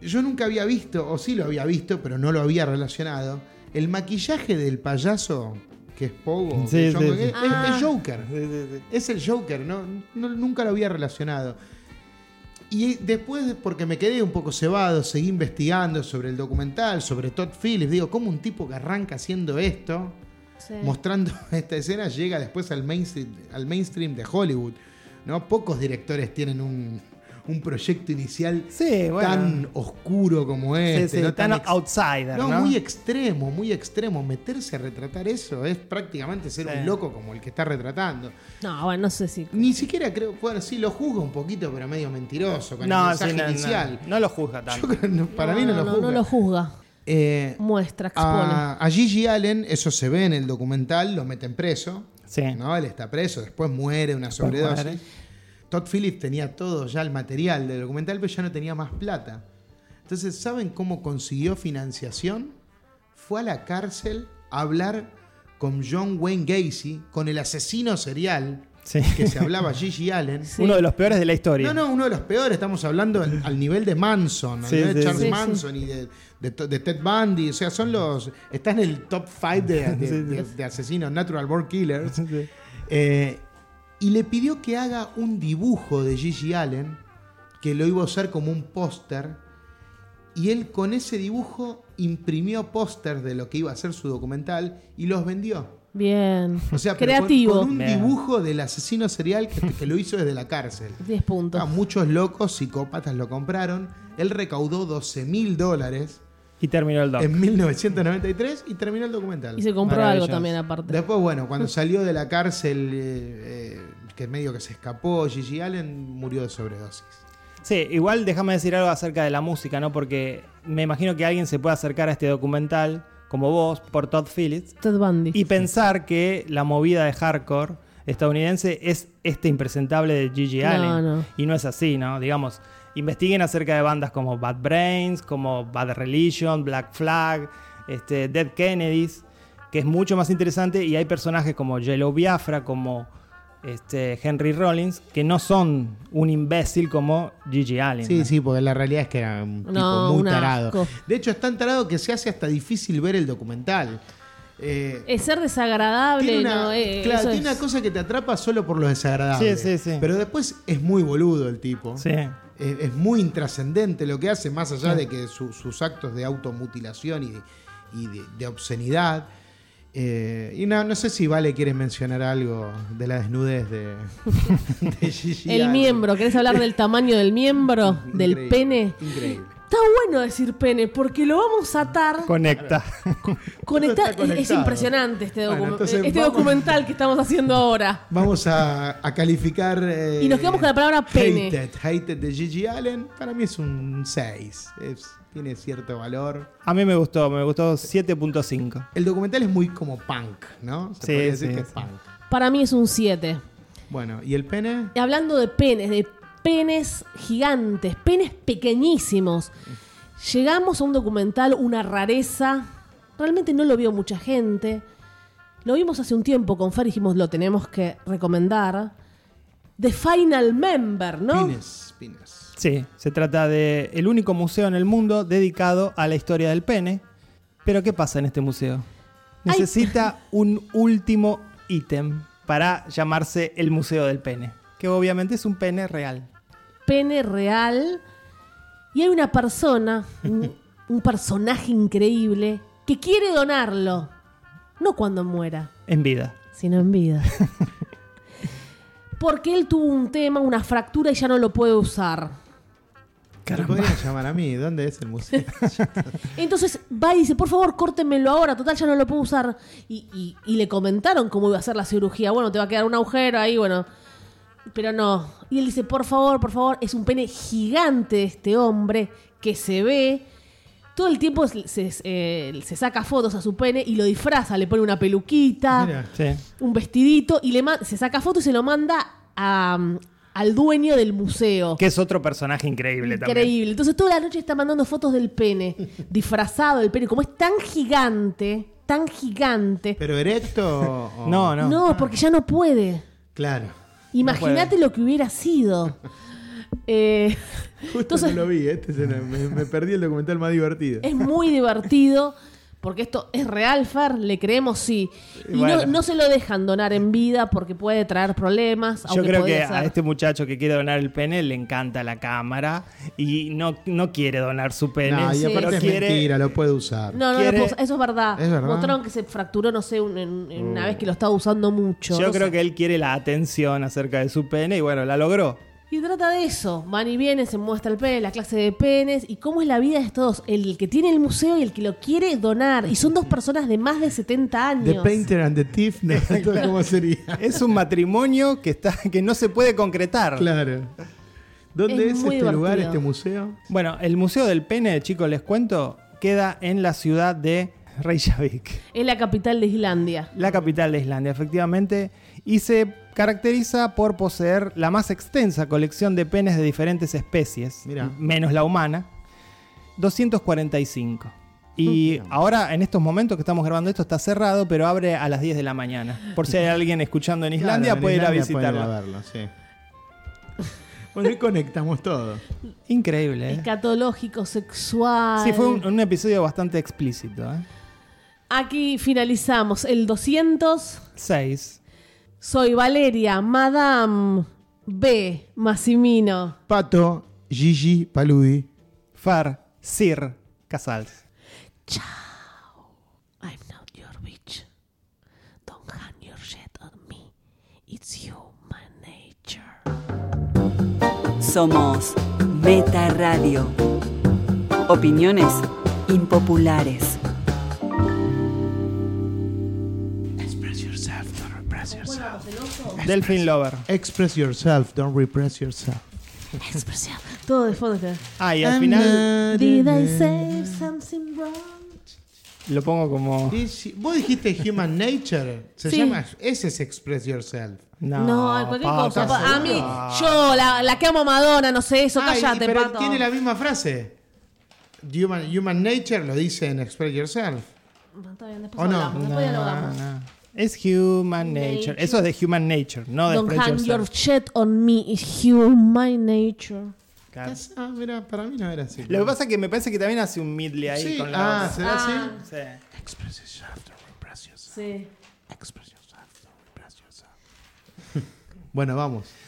S3: Yo nunca había visto, o sí lo había visto, pero no lo había relacionado. El maquillaje del payaso que es Pogo,
S4: Sí,
S3: de John
S4: sí,
S3: Wayne,
S4: sí.
S3: es,
S2: Ah.
S3: es Joker. Es el Joker, ¿no? No- Nunca lo había relacionado. Y después, porque me quedé un poco cebado, seguí investigando sobre el documental, sobre Todd Phillips. Digo, ¿cómo un tipo que arranca haciendo esto?
S2: Sí.
S3: mostrando esta escena llega después al mainstream, al mainstream de Hollywood. ¿no? Pocos directores tienen un, un proyecto inicial
S4: Sí, bueno.
S3: tan oscuro como
S4: Sí,
S3: este.
S4: sí,
S3: ¿no?
S4: tan,
S3: Tan ex-
S4: outsider,
S3: no,
S4: ¿no?
S3: muy extremo, muy extremo. Meterse a retratar eso es prácticamente ser
S4: Sí.
S3: un loco como el que está retratando.
S2: No, bueno, no sé si.
S3: Ni siquiera creo, bueno, sí lo juzgo un poquito, pero medio mentiroso, con el
S4: no, sí,
S3: mensaje
S4: no, no,
S3: inicial.
S4: no lo juzga tanto.
S3: Yo creo- no, para mí no lo Ah. juzgo.
S2: No, lo juzga.
S3: Eh,
S2: Muestra, expone.
S3: a, a Gigi Allen, eso se ve en el documental, lo meten preso.
S4: Sí.
S3: ¿no? Él está preso, después muere una sobredosis.
S4: muere.
S3: Todd Phillips tenía todo ya el material del documental, pero ya no tenía más plata. Entonces, ¿saben cómo consiguió financiación? Fue a la cárcel a hablar con John Wayne Gacy, con el asesino serial
S4: Sí.
S3: que se hablaba Gigi Allen.
S2: Sí.
S4: Uno de los peores de la historia.
S3: No, no, uno de los peores. Estamos hablando al, al nivel de Manson, al
S4: Sí,
S3: nivel de
S4: sí,
S3: Charles
S2: sí.
S3: Manson y de, de to- de Ted Bundy. O sea, son los. Está en el top 5 de, de-
S4: Sí, sí.
S3: de- de asesinos, Natural Born Killers.
S4: Sí.
S3: Eh, y le pidió que haga un dibujo de Gigi Allen, que lo iba a usar como un póster. Y él con ese dibujo imprimió pósters de lo que iba a ser su documental y los vendió.
S2: Bien.
S3: O sea, pero con-
S2: Creativo.
S3: con un
S4: Bien.
S3: dibujo del asesino serial que- que lo hizo desde la cárcel.
S2: 10 puntos.
S3: Ah, muchos locos, psicópatas lo compraron. Él recaudó 12 mil dólares
S4: Y terminó el doc.
S3: en 1993 y terminó el documental.
S2: y se compró
S4: Maravilloso.
S2: algo también aparte.
S3: Después, bueno, cuando salió de la cárcel, eh, eh, que medio que se escapó, Gigi Allen murió de sobredosis.
S4: Sí, igual déjame decir algo acerca de la música, ¿no? Porque me imagino que alguien se puede acercar a este documental, como vos, por Todd Phillips,
S2: Ted Bundy.
S4: y pensar que la movida de hardcore estadounidense es este impresentable de Gigi
S2: No,
S4: Allen.
S2: no.
S4: Y no es así, ¿no? Digamos, investiguen acerca de bandas como Bad Brains, como Bad Religion, Black Flag, este, Dead Kennedys, que es mucho más interesante y hay personajes como Jello Biafra, como este, Henry Rollins, que no son un imbécil como Gigi Allen.
S3: Sí,
S4: ¿no?
S3: sí, porque la realidad es que era un tipo
S2: No,
S3: muy
S2: un
S3: tarado.
S2: asco.
S3: De hecho, es tan tarado que se hace hasta difícil ver el documental. Eh,
S2: Es ser desagradable,
S3: tiene una,
S2: ¿no? Eh,
S3: claro,
S2: eso
S3: tiene una
S2: es-
S3: cosa que te atrapa solo por lo desagradable.
S4: Sí, sí, sí.
S3: Pero después es muy boludo el tipo.
S4: Sí.
S3: Eh, es muy intrascendente lo que hace, más allá de que su- sus actos de automutilación y de, y de- de obscenidad. Eh, y no, no sé si Vale quiere mencionar algo de la desnudez de, de Gigi
S2: El
S3: Allen.
S2: miembro, ¿querés hablar del tamaño del miembro?
S3: Increíble,
S2: ¿Del pene?
S3: Increíble.
S2: Está bueno decir pene, porque lo vamos a atar.
S4: Conecta.
S2: Conecta-
S3: Todo está
S2: es- Es
S3: conectado.
S2: impresionante este,
S3: Bueno,
S2: docu-
S3: entonces
S2: este
S3: vamos-
S2: documental que estamos haciendo ahora.
S3: Vamos a, a calificar. eh,
S2: Y nos quedamos con la palabra pene.
S3: Hated, hated de Gigi Allen. Para mí es un 6. tiene cierto valor.
S4: A mí me gustó, me gustó 7.5.
S3: El documental es muy como punk, ¿no? Se
S4: Sí,
S3: podría decir
S4: sí,
S3: que es
S4: sí.
S3: punk.
S2: Para mí es un 7.
S3: Bueno, ¿y el pene?
S2: Hablando de penes, de penes gigantes, penes pequeñísimos. Llegamos a un documental, una rareza. Realmente no lo vio mucha gente. Lo vimos hace un tiempo con Fer, dijimos lo tenemos que recomendar. The Final Member, ¿no?
S3: Pines, pines.
S4: Sí, se trata de el único museo en el mundo dedicado a la historia del pene. Pero ¿qué pasa en este museo?
S2: Ay.
S4: Necesita un último ítem para llamarse el Museo del Pene, que obviamente es un pene real.
S2: Pene real. Y hay una persona, un, un personaje increíble, que quiere donarlo. No cuando muera,
S4: En vida.
S2: sino en vida. Porque él tuvo un tema, una fractura y ya no lo puede usar.
S3: Me podrían llamar a mí. ¿Dónde es el museo?
S2: Entonces va y dice, por favor, córtenmelo ahora, total, ya no lo puedo usar. Y, y- y le comentaron cómo iba a ser la cirugía. Bueno, te va a quedar un agujero ahí, bueno. Pero no. Y él dice, por favor, por favor, es un pene gigante de este hombre que se ve. Todo el tiempo se, se- eh, se saca fotos a su pene y lo disfraza, le pone una peluquita,
S3: Mira.
S4: Sí.
S2: un vestidito y le ma- se saca fotos y se lo manda a- mm, al dueño del museo.
S4: Que es otro personaje increíble, también.
S2: Increíble. Entonces toda la noche está mandando fotos del pene, disfrazado del pene. Como es tan gigante, tan gigante.
S3: ¿Pero erecto o- o-
S4: No, no.
S2: no. porque ya no puede.
S3: Claro.
S2: Imagínate lo que hubiera sido. Eh,
S3: Justo
S2: Entonces-
S3: no lo vi. Este se lo- me, me perdí el documental más divertido.
S2: es muy divertido. Porque esto es real, Fer, le creemos sí. Y no-
S4: Bueno.
S2: no, se lo dejan donar en vida porque puede traer problemas.
S4: Yo
S2: aunque
S4: creo que
S2: podría
S4: a
S2: ser.
S4: este muchacho que quiere donar el pene le encanta la cámara y no, no quiere donar su pene.
S3: No, y
S2: sí.
S3: aparte
S4: pero
S3: es
S4: quiere-
S3: mentira, lo puede usar.
S2: No, no, no,
S4: quiere-
S2: pues, eso es verdad.
S3: Es verdad.
S2: Mostraron que se fracturó, no sé, un- en- en una vez que lo estaba usando mucho.
S4: Yo
S2: no
S4: creo
S2: sé.
S4: que él quiere la atención acerca de su pene y bueno, la logró.
S2: Y trata de eso. Van y vienen, se muestra el pene, la clase de penes y cómo es la vida de estos dos. El que tiene el museo y el que lo quiere donar. Y son dos personas de más de 70 años.
S3: The Painter and the Thief, ¿no? ¿Esto ¿cómo sería?
S4: Es un matrimonio que, está, que no se puede concretar.
S3: Claro. ¿Dónde
S2: Es
S3: es, este
S2: muy
S3: lugar,
S2: divertido.
S3: este museo?
S4: Bueno, el Museo del Pene, chicos, les cuento, queda en la ciudad de Reykjavik,
S2: Es la capital de Islandia.
S4: la capital de Islandia, efectivamente, y se caracteriza por poseer la más extensa colección de penes de diferentes especies,
S3: Mirá.
S4: menos la humana, 245.
S3: Mm.
S4: Y ahora, en estos momentos que estamos grabando esto, está cerrado, pero abre a las 10 de la mañana. Por si hay alguien escuchando en Islandia,
S3: Claro,
S4: puede
S3: en
S4: ir a
S3: Islandia pueden
S4: visitarlo.
S3: verlo, sí. Bueno, y conectamos todo.
S4: Increíble, ¿eh?
S2: Escatológico, sexual.
S4: Sí, fue un, un episodio bastante explícito, ¿eh?
S2: Aquí finalizamos el 200.
S4: 6.
S2: Soy Valeria, Madame B. Massimino.
S3: Pato, Gigi, Paludi.
S4: Far Sir Casals.
S2: I'm not your bitch. Don't hang your shit on me. It's human nature.
S1: Somos Meta Radio. Opiniones impopulares.
S4: Delphine Lover.
S3: Express yourself, don't repress yourself.
S2: Expresión. Todo de fondo está.
S4: Ah, y al final
S2: Did I say something wrong?
S4: lo pongo como.
S3: Dici- Vos dijiste human nature. Se
S2: Sí.
S3: llama. Ese es express yourself.
S4: No,
S2: No, cualquier
S4: Pato,
S2: cosa. pa- a mí,
S4: seguro.
S2: yo, la, la que amo a Madonna, no sé eso,
S3: Ah, y-
S2: cállate,
S3: Ah. pero
S2: pato.
S3: tiene la misma frase. Human, human nature lo dice en express yourself.
S2: No, está bien, después
S3: ¿O no?
S2: hablamos, después dialogamos.
S4: No, no. Es human nature.
S2: Nature.
S4: Eso es de human nature, no de
S2: Don't
S4: French
S2: hang your
S4: yourself.
S2: shit on me, it's human nature.
S4: Claro.
S3: Ah, mira, para mí no era así.
S4: Lo que pasa es que me parece que también hace un midley ahí
S3: Sí,
S4: con la
S3: ah,
S4: voz.
S3: ¿será
S2: Ah.
S3: así?
S4: Sí.
S3: Express yourself, don't repress yourself.
S2: Sí.
S3: Express yourself, don't repress yourself. bueno, vamos.